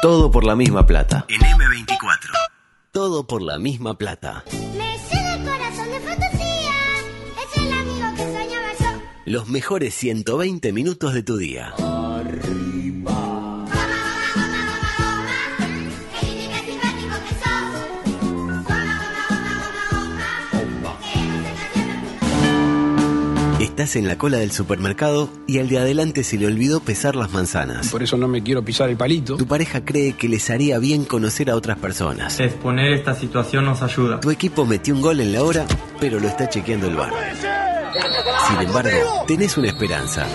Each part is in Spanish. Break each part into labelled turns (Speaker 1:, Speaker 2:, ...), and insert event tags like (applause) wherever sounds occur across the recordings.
Speaker 1: Todo por la misma plata.
Speaker 2: En M24.
Speaker 1: Todo por la misma plata.
Speaker 3: Me llena el corazón de fantasía. Es el amigo que soñaba yo.
Speaker 1: Los mejores 120 minutos de tu día.
Speaker 3: Goma, goma, goma, goma, goma. Qué lindo y qué simpático que sos. Goma, goma, goma, goma, goma. Que no se canse más que no.
Speaker 1: Estás en la cola del supermercado y al de adelante se le olvidó pesar las manzanas.
Speaker 4: Por eso no me quiero pisar el palito.
Speaker 1: Tu pareja cree que les haría bien conocer a otras personas.
Speaker 5: Exponer esta situación nos ayuda.
Speaker 1: Tu equipo metió un gol en la hora, pero lo está chequeando el bar. Sin embargo, tenés una esperanza.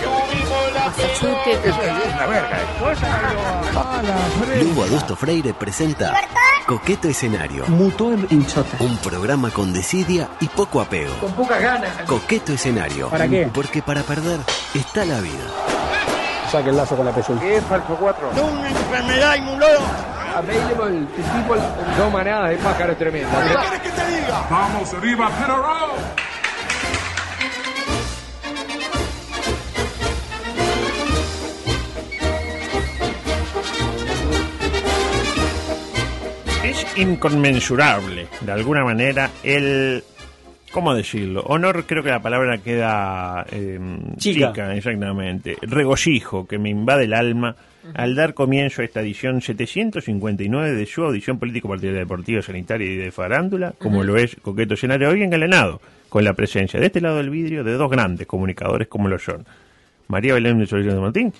Speaker 1: Lugo Adusto Freire presenta Coqueto Escenario.
Speaker 6: Mutó en hinchota.
Speaker 1: Un programa con desidia y poco apego. Con pocas ganas. Coqueto Escenario.
Speaker 6: ¿Para qué?
Speaker 1: Porque para perder está la vida.
Speaker 4: Saque el lazo con la pezuña. Available to people. No manadas de pájaros tremendas.
Speaker 7: Vamos arriba, Peñarol.
Speaker 8: Es inconmensurable, de alguna manera, el... ¿Cómo decirlo? Honor, creo que la palabra queda eh,
Speaker 6: Chica.
Speaker 8: exactamente. Regocijo que me invade el alma al dar comienzo a esta edición 759 de su audición político partidaria deportiva, sanitaria y de farándula, como lo es Coqueto Escenario, hoy engalanado con la presencia de este lado del vidrio de dos grandes comunicadores como lo son María Belén de Solís de Martín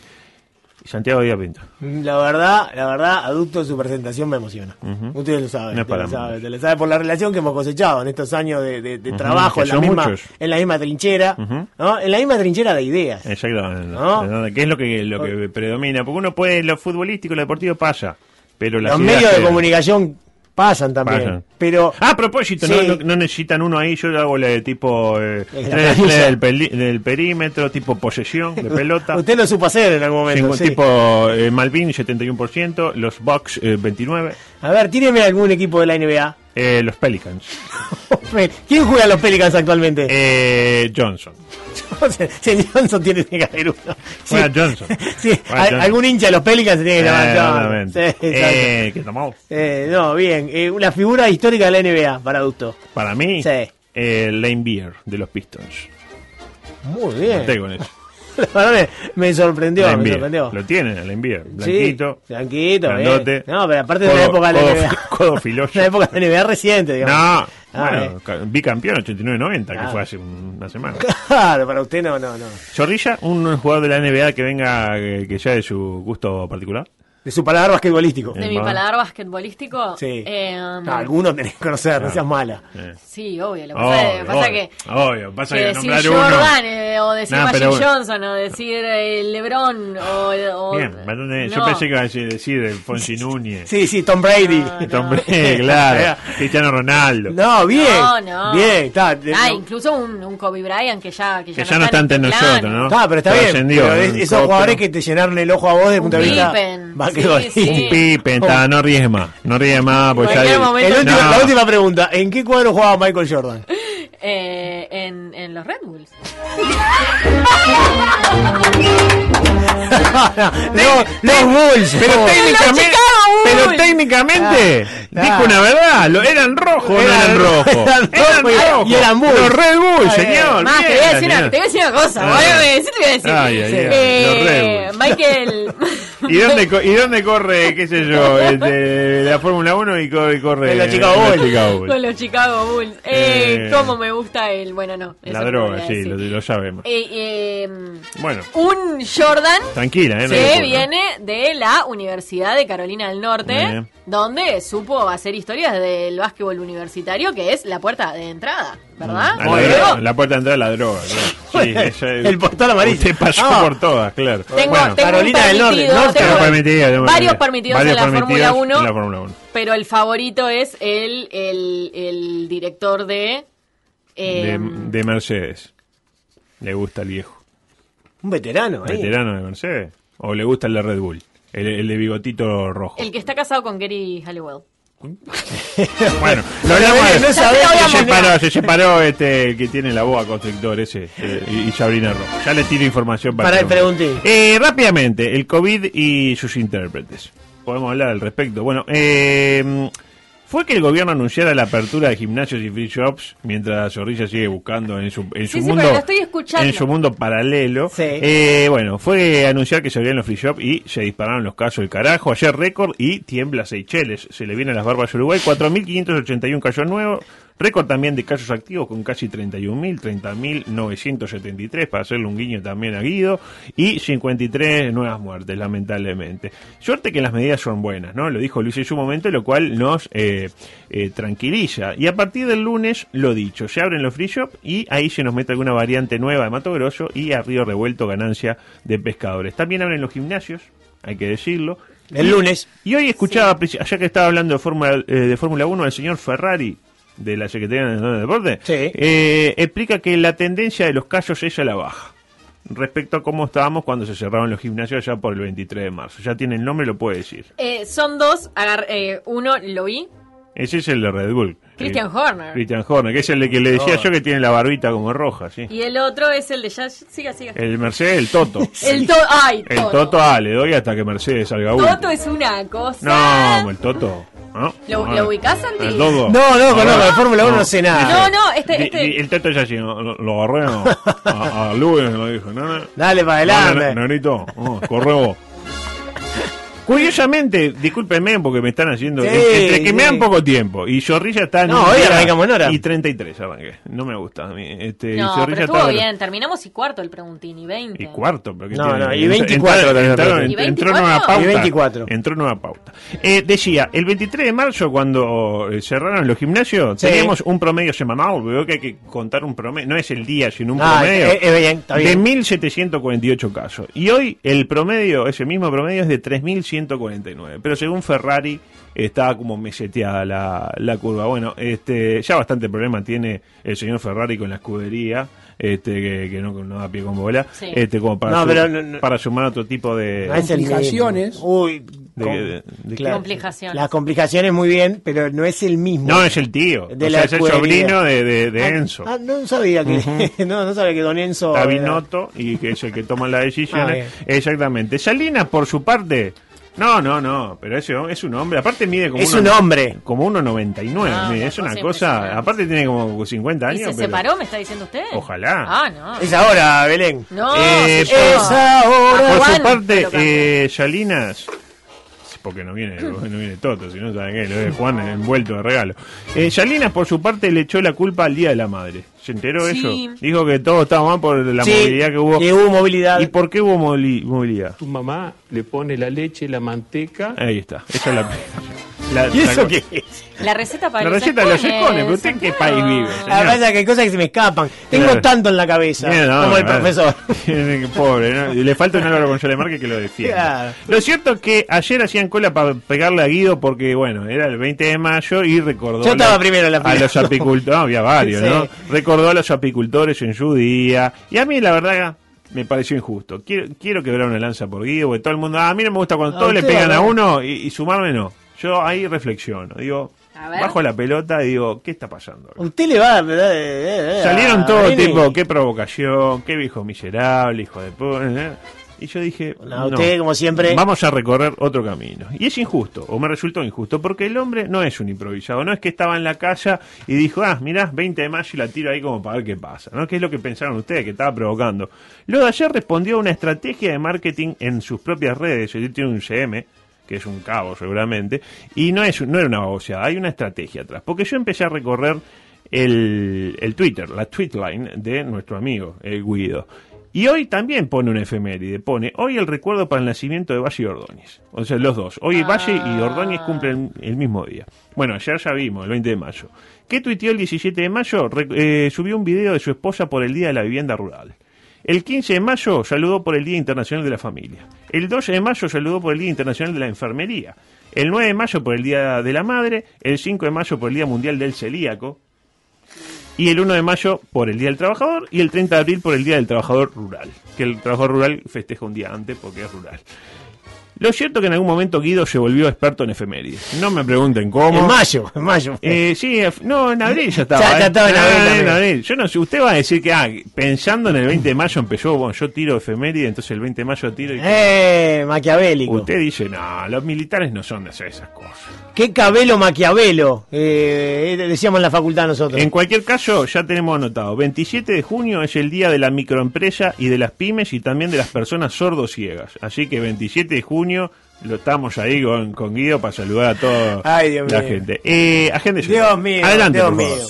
Speaker 8: y Santiago Díaz Pinto.
Speaker 9: La verdad, la verdad, adulto su presentación me emociona. Ustedes lo saben,
Speaker 8: No es
Speaker 9: ustedes
Speaker 8: para
Speaker 9: lo saben,
Speaker 8: menos.
Speaker 9: ustedes lo saben por la relación que hemos cosechado en estos años de, de- de trabajo
Speaker 8: que
Speaker 9: en la,
Speaker 8: son
Speaker 9: misma,
Speaker 8: muchos.
Speaker 9: en la misma trinchera,
Speaker 8: Ujú.
Speaker 9: ¿no? En la misma trinchera de ideas.
Speaker 8: Exactamente.
Speaker 9: ¿No?
Speaker 8: Exactamente. ¿Qué es lo que, lo que predomina? Porque uno puede, lo futbolístico, lo deportivo pasa. Pero las
Speaker 9: Los
Speaker 8: ideas
Speaker 9: medios de
Speaker 8: quedan.
Speaker 9: comunicación pasan también,
Speaker 8: Pasan.
Speaker 9: pero
Speaker 8: Ah, a propósito,
Speaker 9: Sí.
Speaker 8: no, no- no necesitan uno ahí. Yo hago la de tipo eh, tres-
Speaker 9: Es la
Speaker 8: tres
Speaker 9: camisa.
Speaker 8: del, peli- del perímetro, tipo posesión
Speaker 9: (laughs)
Speaker 8: de pelota.
Speaker 9: usted lo supo hacer en algún momento.
Speaker 8: Cincu-
Speaker 9: sí.
Speaker 8: Tipo eh, Malvin 71%, los Bucks eh, 29%,
Speaker 9: A ver, tíreme algún equipo de la NBA.
Speaker 8: eh, los Pelicans,
Speaker 9: (laughs) ¿Quién juega a los Pelicans actualmente?
Speaker 8: eh, Johnson.
Speaker 9: (laughs) Si Johnson tiene que haber uno. Sí.
Speaker 8: Juega Johnson.
Speaker 9: (laughs) Sí,
Speaker 8: Juega
Speaker 9: al-
Speaker 8: Johnson.
Speaker 9: Algún hincha de los Pelicans se tiene que
Speaker 8: Eh,
Speaker 9: levantar. Sí,
Speaker 8: obviamente.
Speaker 9: exacto.
Speaker 8: Eh, ¿qué tomamos?
Speaker 9: Eh, no, bien. Eh, una figura histórica de la NBA para Adusto.
Speaker 8: Para mí,
Speaker 9: Sí.
Speaker 8: eh, Lane Beer de los Pistons.
Speaker 9: Muy
Speaker 8: No
Speaker 9: bien.
Speaker 8: tengo en eso.
Speaker 9: (laughs) La verdad me, me sorprendió,
Speaker 8: La
Speaker 9: me
Speaker 8: envía.
Speaker 9: sorprendió.
Speaker 8: Lo tiene, la envía.
Speaker 9: Sí,
Speaker 8: Blanquito.
Speaker 9: blanquito, bien.
Speaker 8: grandote.
Speaker 9: No, pero aparte de la
Speaker 8: Codo-
Speaker 9: época de la
Speaker 8: codo
Speaker 9: NBA. (laughs)
Speaker 8: fi- codo filoso.
Speaker 9: Una época de NBA reciente,
Speaker 8: No,
Speaker 9: digamos.
Speaker 8: bueno,
Speaker 9: eh.
Speaker 8: ca- bicampeón 89-90, que
Speaker 9: Ah.
Speaker 8: fue hace un- una semana.
Speaker 9: (laughs) Claro, para usted no, no, no.
Speaker 8: Zorrilla, un jugador de la NBA que venga, eh, que sea de su gusto particular.
Speaker 9: De su paladar basquetbolístico.
Speaker 8: Eh.
Speaker 10: De mi
Speaker 8: Va.
Speaker 10: paladar basquetbolístico.
Speaker 9: Sí.
Speaker 10: eh,
Speaker 9: No, algunos tenés que conocer, no seas mala.
Speaker 8: Eh.
Speaker 10: Sí, obvio. Lo que pasa,
Speaker 8: Obvio,
Speaker 10: pasa
Speaker 8: obvio,
Speaker 10: que.
Speaker 8: obvio, pasa
Speaker 10: que
Speaker 8: que
Speaker 10: decir
Speaker 8: nombrar uno-
Speaker 10: Jordan eh, o decir
Speaker 8: Nah,
Speaker 10: Magic
Speaker 8: pero bueno.
Speaker 10: Johnson o decir eh, LeBron o. o-
Speaker 8: Bien, bastante- yo
Speaker 10: no.
Speaker 8: pensé que iba a decir- decir eh, Fonsi
Speaker 10: (laughs)
Speaker 8: Núñez.
Speaker 9: Sí, sí, Tom Brady.
Speaker 8: Tom Brady, (laughs)
Speaker 10: (laughs)
Speaker 8: claro. Cristiano Ronaldo.
Speaker 9: No, bien.
Speaker 10: No, no.
Speaker 9: Bien, está. de-
Speaker 10: Ah,
Speaker 9: no-
Speaker 10: incluso un, un Kobe Bryant que ya, que ya,
Speaker 8: que ya no está entre
Speaker 10: este
Speaker 8: nosotros,
Speaker 10: plan.
Speaker 8: ¿no?
Speaker 9: Está, pero está bien.
Speaker 8: Trascendió,
Speaker 9: Pero es-
Speaker 8: un
Speaker 9: esos
Speaker 8: copro.
Speaker 9: jugadores que te llenaron el ojo a vos de punto de
Speaker 10: Un
Speaker 9: vista.
Speaker 10: Pippen.
Speaker 9: basquetbolístico.
Speaker 10: Sí, sí.
Speaker 8: Un pipe,
Speaker 9: Oh.
Speaker 8: está, no ríes más. No ríes más, porque
Speaker 10: Cualquier
Speaker 8: ya-
Speaker 10: momento-
Speaker 9: El último-
Speaker 8: No.
Speaker 9: La última pregunta. ¿En qué cuadro jugaba Michael Jordan?
Speaker 10: (laughs)
Speaker 9: (laughs)
Speaker 10: Eh, en, en los Red Bulls.
Speaker 9: No, los Bulls.
Speaker 10: Oh.
Speaker 8: Pero técnicamente,
Speaker 10: Chicago Bulls.
Speaker 8: pero técnicamente
Speaker 9: Ah,
Speaker 8: dijo
Speaker 9: ah.
Speaker 8: una verdad, lo, eran rojos, no
Speaker 9: Eran-
Speaker 8: eran rojos.
Speaker 9: (laughs) eran rojo y- y eran Bulls.
Speaker 8: Los Red Bulls,
Speaker 9: Ah, bien.
Speaker 8: señor.
Speaker 10: Más, te
Speaker 8: bien,
Speaker 10: voy a decir
Speaker 8: señor.
Speaker 10: una, te voy a decir una cosa,
Speaker 8: Ah.
Speaker 10: boludo, me- sí te voy a decir.
Speaker 8: Ay, ay,
Speaker 10: Sí.
Speaker 8: ay,
Speaker 10: Eh,
Speaker 8: los Red
Speaker 10: Michael.
Speaker 8: (laughs)
Speaker 10: (laughs)
Speaker 9: (laughs)
Speaker 8: ¿Y dónde, co- ¿Y dónde corre, qué sé yo, este, la Fórmula 1 y corre... corre
Speaker 9: En los Chicago
Speaker 8: en los
Speaker 9: Bulls. (laughs)
Speaker 8: Chicago Bulls?
Speaker 10: Con los Chicago Bulls. Eh,
Speaker 8: Eh,
Speaker 10: ¿Cómo me gusta él? Bueno, no. eso
Speaker 8: La
Speaker 10: no
Speaker 8: droga,
Speaker 10: voy a
Speaker 8: sí,
Speaker 10: decir.
Speaker 8: lo, lo sabemos.
Speaker 10: Eh, eh,
Speaker 8: Bueno,
Speaker 10: un Jordan
Speaker 8: tranquila, ¿eh? no hay
Speaker 10: que
Speaker 8: apuro.
Speaker 10: viene de la Universidad de Carolina del
Speaker 8: Muy
Speaker 10: Norte,
Speaker 8: bien.
Speaker 10: donde supo hacer historias del básquetbol universitario, que es la puerta de entrada, ¿verdad?
Speaker 8: A
Speaker 9: Muy
Speaker 8: Ah, la,
Speaker 9: bien.
Speaker 8: droga, la puerta de entrada de la droga. claro.
Speaker 9: (laughs)
Speaker 8: Sí, eso es-
Speaker 9: El portal amarillo.
Speaker 8: (laughs) Usted pasó
Speaker 9: Ah.
Speaker 8: por todas, claro.
Speaker 10: Tengo,
Speaker 8: Bueno,
Speaker 10: tengo
Speaker 9: Carolina
Speaker 10: un
Speaker 9: del Norte,
Speaker 10: permitido,
Speaker 9: Norte.
Speaker 10: tengo
Speaker 8: tengo permitido, tengo
Speaker 10: varios
Speaker 8: permitido.
Speaker 10: permitidos
Speaker 8: eh, Varios
Speaker 10: en la Fórmula
Speaker 8: permitidos
Speaker 10: 1,
Speaker 8: en la Fórmula 1.
Speaker 10: pero el favorito es el, el, el director de...
Speaker 8: de,
Speaker 10: em,
Speaker 8: de Mercedes. Le gusta el viejo.
Speaker 9: Un veterano, ahí.
Speaker 8: ¿Veterano de Mercedes? ¿O le gusta el de Red Bull? El, el de bigotito rojo.
Speaker 10: el que está casado con Gary Halliwell.
Speaker 8: Bueno, lo hablamos.
Speaker 9: Pero no sabés
Speaker 10: Ya te
Speaker 8: se
Speaker 10: voy a
Speaker 8: separó,
Speaker 10: monear.
Speaker 8: se separó este el que tiene la boa constrictor ese eh, y, y Sabrina Rojo. Ya le tiro información para,
Speaker 9: Para
Speaker 8: que-
Speaker 9: el preguntín.
Speaker 8: Eh, rápidamente, el COVID y sus intérpretes. Podemos hablar al respecto. Bueno, eh, fue que el gobierno anunciara la apertura de gimnasios y free shops mientras Zorrilla sigue buscando en su, en su
Speaker 2: Sí, sí,
Speaker 8: mundo
Speaker 2: pero lo estoy escuchando.
Speaker 8: en su mundo paralelo.
Speaker 9: Sí.
Speaker 8: Eh, bueno, fue anunciar que se abrían los free shop y se dispararon los casos del carajo. Ayer récord y tiembla Seychelles. Se le vienen las barbas a Uruguay. 4.581 casos nuevos. Récord también de casos activos con casi 31.000, 30.973 para hacerle un guiño también a Guido y 53 nuevas muertes, lamentablemente. Suerte que las medidas son buenas, ¿no? Lo dijo Luis en su momento, lo cual nos eh, eh, tranquiliza. Y a partir del lunes, lo dicho, se abren los free shop y ahí se nos mete alguna variante nueva de Mato Grosso y a Río Revuelto ganancia de pescadores. También abren los gimnasios, hay que decirlo.
Speaker 9: El lunes.
Speaker 8: Y hoy escuchaba, preci- allá que estaba hablando de Fórmula eh, de Fórmula 1, al señor Ferrari de la Secretaría Nacional de Deporte,
Speaker 9: Sí.
Speaker 8: eh, explica que la tendencia de los casos es a la baja respecto a cómo estábamos cuando se cerraron los gimnasios allá por el 23 de marzo. Ya tiene el nombre, lo puede decir.
Speaker 10: Eh, son dos, agar- eh, uno lo vi.
Speaker 8: Ese es el de Red Bull.
Speaker 10: Christian
Speaker 8: Eh,
Speaker 10: Horner.
Speaker 8: Christian Horner, que es el de que le decía yo que tiene la barbita como roja, sí.
Speaker 10: Y el otro es el de ya. Siga, siga. El,
Speaker 8: El Mercedes, el
Speaker 10: (laughs)
Speaker 8: Toto.
Speaker 10: to Ay,
Speaker 8: El
Speaker 10: Toto.
Speaker 8: Toto, ah, le doy hasta que Mercedes salga uno.
Speaker 10: Toto es una cosa.
Speaker 8: No, el Toto. ¿no?
Speaker 10: ¿Lo-
Speaker 8: No,
Speaker 10: lo ubicás, Andy?
Speaker 8: El Toto.
Speaker 9: No, no, con de Fórmula 1 no sé nada.
Speaker 10: No, no, este-
Speaker 8: Di-
Speaker 10: este-
Speaker 8: di- El Toto es así, no, lo, lo
Speaker 10: (laughs)
Speaker 8: agarré no, a, a Luis, lo dijo. No, no.
Speaker 9: Dale para
Speaker 8: Vale,
Speaker 9: adelante.
Speaker 8: Negrito, oh, corre vos. Curiosamente, discúlpenme porque me están haciendo.
Speaker 9: Sí,
Speaker 8: entre que me
Speaker 9: sí.
Speaker 8: dan poco tiempo y Zorrilla está en.
Speaker 9: No,
Speaker 8: un
Speaker 9: hoy
Speaker 8: día
Speaker 9: arrancamos en hora.
Speaker 8: Y 33 arranqué. No me gusta a mí. Este, y
Speaker 10: No,
Speaker 8: Zorrilla
Speaker 10: pero estuvo
Speaker 8: está-
Speaker 10: bien. Terminamos y cuarto el preguntini, 20.
Speaker 8: Y cuarto, pero ¿qué
Speaker 9: No,
Speaker 8: tiene?
Speaker 9: no, y
Speaker 8: Entra-
Speaker 9: 24
Speaker 8: entraron-
Speaker 9: también,
Speaker 8: entraron-
Speaker 10: ¿Y
Speaker 8: entró en una
Speaker 10: 24?
Speaker 8: pauta.
Speaker 9: Y 24.
Speaker 8: Entró en una pauta. Eh, decía, el 23 de marzo, cuando eh, cerraron los gimnasios,
Speaker 9: Sí.
Speaker 8: teníamos un promedio semanal. Veo que hay que contar un promedio. No es el día, sino un
Speaker 9: Ah,
Speaker 8: promedio.
Speaker 9: eh, eh, bien, está
Speaker 8: De
Speaker 9: bien.
Speaker 8: 1.748 casos. Y hoy el promedio, ese mismo promedio, es de 3.149. Pero según Ferrari, estaba como meseteada la, la curva. Bueno, este ya bastante problema tiene el señor Ferrari con la escudería. Este, que, que no, no da pie con bola.
Speaker 10: Sí.
Speaker 8: Este, como para,
Speaker 9: No,
Speaker 8: su-
Speaker 9: pero no, no.
Speaker 8: para sumar otro tipo
Speaker 9: No Ah, es
Speaker 8: de.
Speaker 9: el mismo.
Speaker 6: Complicaciones.
Speaker 9: Uy,
Speaker 8: De-
Speaker 9: com-
Speaker 8: de- de-
Speaker 9: claro.
Speaker 10: Complicaciones.
Speaker 9: Las complicaciones muy bien, pero no es el mismo.
Speaker 8: No, es el tío.
Speaker 9: De
Speaker 8: o
Speaker 9: la
Speaker 8: sea, es el
Speaker 9: escudería.
Speaker 8: sobrino de, de- de
Speaker 9: Ah,
Speaker 8: Enzo.
Speaker 9: Ah, no sabía que (laughs) no, no sabía que Don Enzo
Speaker 8: Está
Speaker 9: era-
Speaker 8: Binotto y que es el que toma las
Speaker 9: Ah,
Speaker 8: decisiones.
Speaker 9: bien.
Speaker 8: Exactamente. Salinas, por su parte. No, no, no, pero ese hom- es un hombre. Aparte mide como
Speaker 9: Es
Speaker 8: uno-
Speaker 9: un hombre.
Speaker 8: Como 1,99.
Speaker 10: Ah,
Speaker 8: mide.
Speaker 10: una
Speaker 8: es una
Speaker 10: cosa
Speaker 8: cosa.
Speaker 10: impresionante.
Speaker 8: Aparte tiene como 50
Speaker 10: ¿Y
Speaker 8: años.
Speaker 10: se
Speaker 8: pero-
Speaker 10: separó, me está diciendo usted?
Speaker 8: Ojalá.
Speaker 10: Ah, no.
Speaker 9: Es ahora, Belén.
Speaker 10: No,
Speaker 8: Eh,
Speaker 10: se lleva.
Speaker 8: es
Speaker 9: ahora.
Speaker 8: Por su
Speaker 10: Aguanta,
Speaker 8: parte,
Speaker 10: lo cambia.
Speaker 8: eh, Salinas. Porque no viene, no viene Toto, si no saben qué, lo de Juan envuelto de regalo. Eh, Salinas, por su parte, le echó la culpa al Día de la Madre. ¿Se enteró de
Speaker 10: Sí.
Speaker 8: eso? Dijo que todo estaba mal por la
Speaker 9: Sí,
Speaker 8: movilidad que hubo.
Speaker 9: que hubo movilidad.
Speaker 8: ¿Y por qué hubo moli- movilidad?
Speaker 6: Tu mamá le pone la leche, la manteca.
Speaker 8: Ahí está, esa es
Speaker 9: (laughs)
Speaker 8: la. (laughs) la-
Speaker 9: ¿Y eso
Speaker 8: la-
Speaker 9: qué es?
Speaker 10: La receta para
Speaker 8: La
Speaker 10: los
Speaker 8: receta de los
Speaker 10: escones,
Speaker 8: escones, pero usted en qué
Speaker 10: Santiago.
Speaker 8: país vive, señor.
Speaker 9: La verdad es que hay cosas que se me escapan. Tengo
Speaker 8: Claro.
Speaker 9: tanto en la cabeza,
Speaker 8: Bien, no,
Speaker 9: como el
Speaker 8: vale.
Speaker 9: profesor.
Speaker 8: (laughs) Pobre, ¿no? Y le falta un Álvaro González Márquez que lo defienda.
Speaker 9: Claro.
Speaker 8: Lo cierto es que ayer hacían cola para pegarle a Guido porque, bueno, era el 20 de mayo y recordó.
Speaker 9: Yo
Speaker 8: a
Speaker 9: estaba
Speaker 8: los-
Speaker 9: primero en la
Speaker 8: A
Speaker 9: fila.
Speaker 8: los apicultores, no, había varios,
Speaker 9: (laughs) Sí.
Speaker 8: ¿no? Recordó a los apicultores en su día. Y a mí, la verdad, me pareció injusto. Quiero, quiero quebrar una lanza por Guido, porque todo el mundo. ah, a mí no me gusta cuando
Speaker 9: A
Speaker 8: todos le
Speaker 9: usted,
Speaker 8: pegan a
Speaker 9: ¿verdad?
Speaker 8: uno y, y sumarme no. Yo ahí reflexiono. Digo,
Speaker 10: A ver.
Speaker 8: bajo la pelota y digo, ¿qué está pasando? acá?
Speaker 9: Usted le va, ¿verdad? Eh, eh,
Speaker 8: Salieron
Speaker 9: a
Speaker 8: todo
Speaker 9: Belén.
Speaker 8: tipo, qué provocación, qué viejo miserable, hijo de puta. Y yo dije,
Speaker 9: No, usted, como siempre-
Speaker 8: vamos a recorrer otro camino. Y es injusto, o me resultó injusto, porque el hombre no es un improvisado, no es que estaba en la casa y dijo, ah, mirá, 20 de mayo y la tiro ahí como para ver qué pasa, ¿no? ¿Qué es lo que pensaron ustedes que estaba provocando? Lo de ayer respondió a una estrategia de marketing en sus propias redes, él tiene un CM, que es un cabo seguramente, y no, es, no era una baboseada, hay una estrategia atrás, porque yo empecé a recorrer el, el Twitter, la tweetline de nuestro amigo, el Guido. Y hoy también pone una efeméride, pone hoy el recuerdo para el nacimiento de Valle y Ordóñez. O sea, los dos. Hoy Valle y Ordóñez cumplen el mismo día. Bueno, ayer ya vimos, el 20 de mayo. ¿Qué tuiteó el 17 de mayo? Re- eh, subió un video de su esposa por el Día de la Vivienda Rural. El 15 de mayo saludó por el Día Internacional de la Familia. El 12 de mayo saludó por el Día Internacional de la Enfermería. El 9 de mayo por el Día de la Madre. El 5 de mayo por el Día Mundial del Celíaco. Y el 1 de mayo por el Día del Trabajador y el 30 de abril por el Día del Trabajador Rural. Que el trabajador rural festeja un día antes porque es rural. Lo cierto que en algún momento Guido se volvió experto en efemérides. No me pregunten cómo.
Speaker 9: En mayo, en mayo.
Speaker 8: Eh, sí, af- no, en abril ya estaba.
Speaker 9: Ya, ya
Speaker 8: eh.
Speaker 9: estaba en abril
Speaker 8: Ah,
Speaker 9: también.
Speaker 8: Yo no sé, usted va a decir que, ah, pensando en el 20 de mayo empezó, bueno, yo tiro efeméride, entonces el 20 de mayo tiro y...
Speaker 9: eh, maquiavélico.
Speaker 8: Usted dice, no, los militares no son de hacer esas cosas.
Speaker 9: Qué cabelo maquiavelo, eh, eh, decíamos en la facultad nosotros.
Speaker 8: En cualquier caso, ya tenemos anotado, 27 de junio es el día de la microempresa y de las pymes y también de las personas sordociegas. Así que 27 de junio lo estamos ahí con, con Guido para saludar a toda
Speaker 9: Ay, Dios
Speaker 8: la
Speaker 9: mío.
Speaker 8: gente. Eh, agente,
Speaker 9: Dios mío,
Speaker 8: adelante,
Speaker 9: Dios
Speaker 8: por favor.
Speaker 9: mío.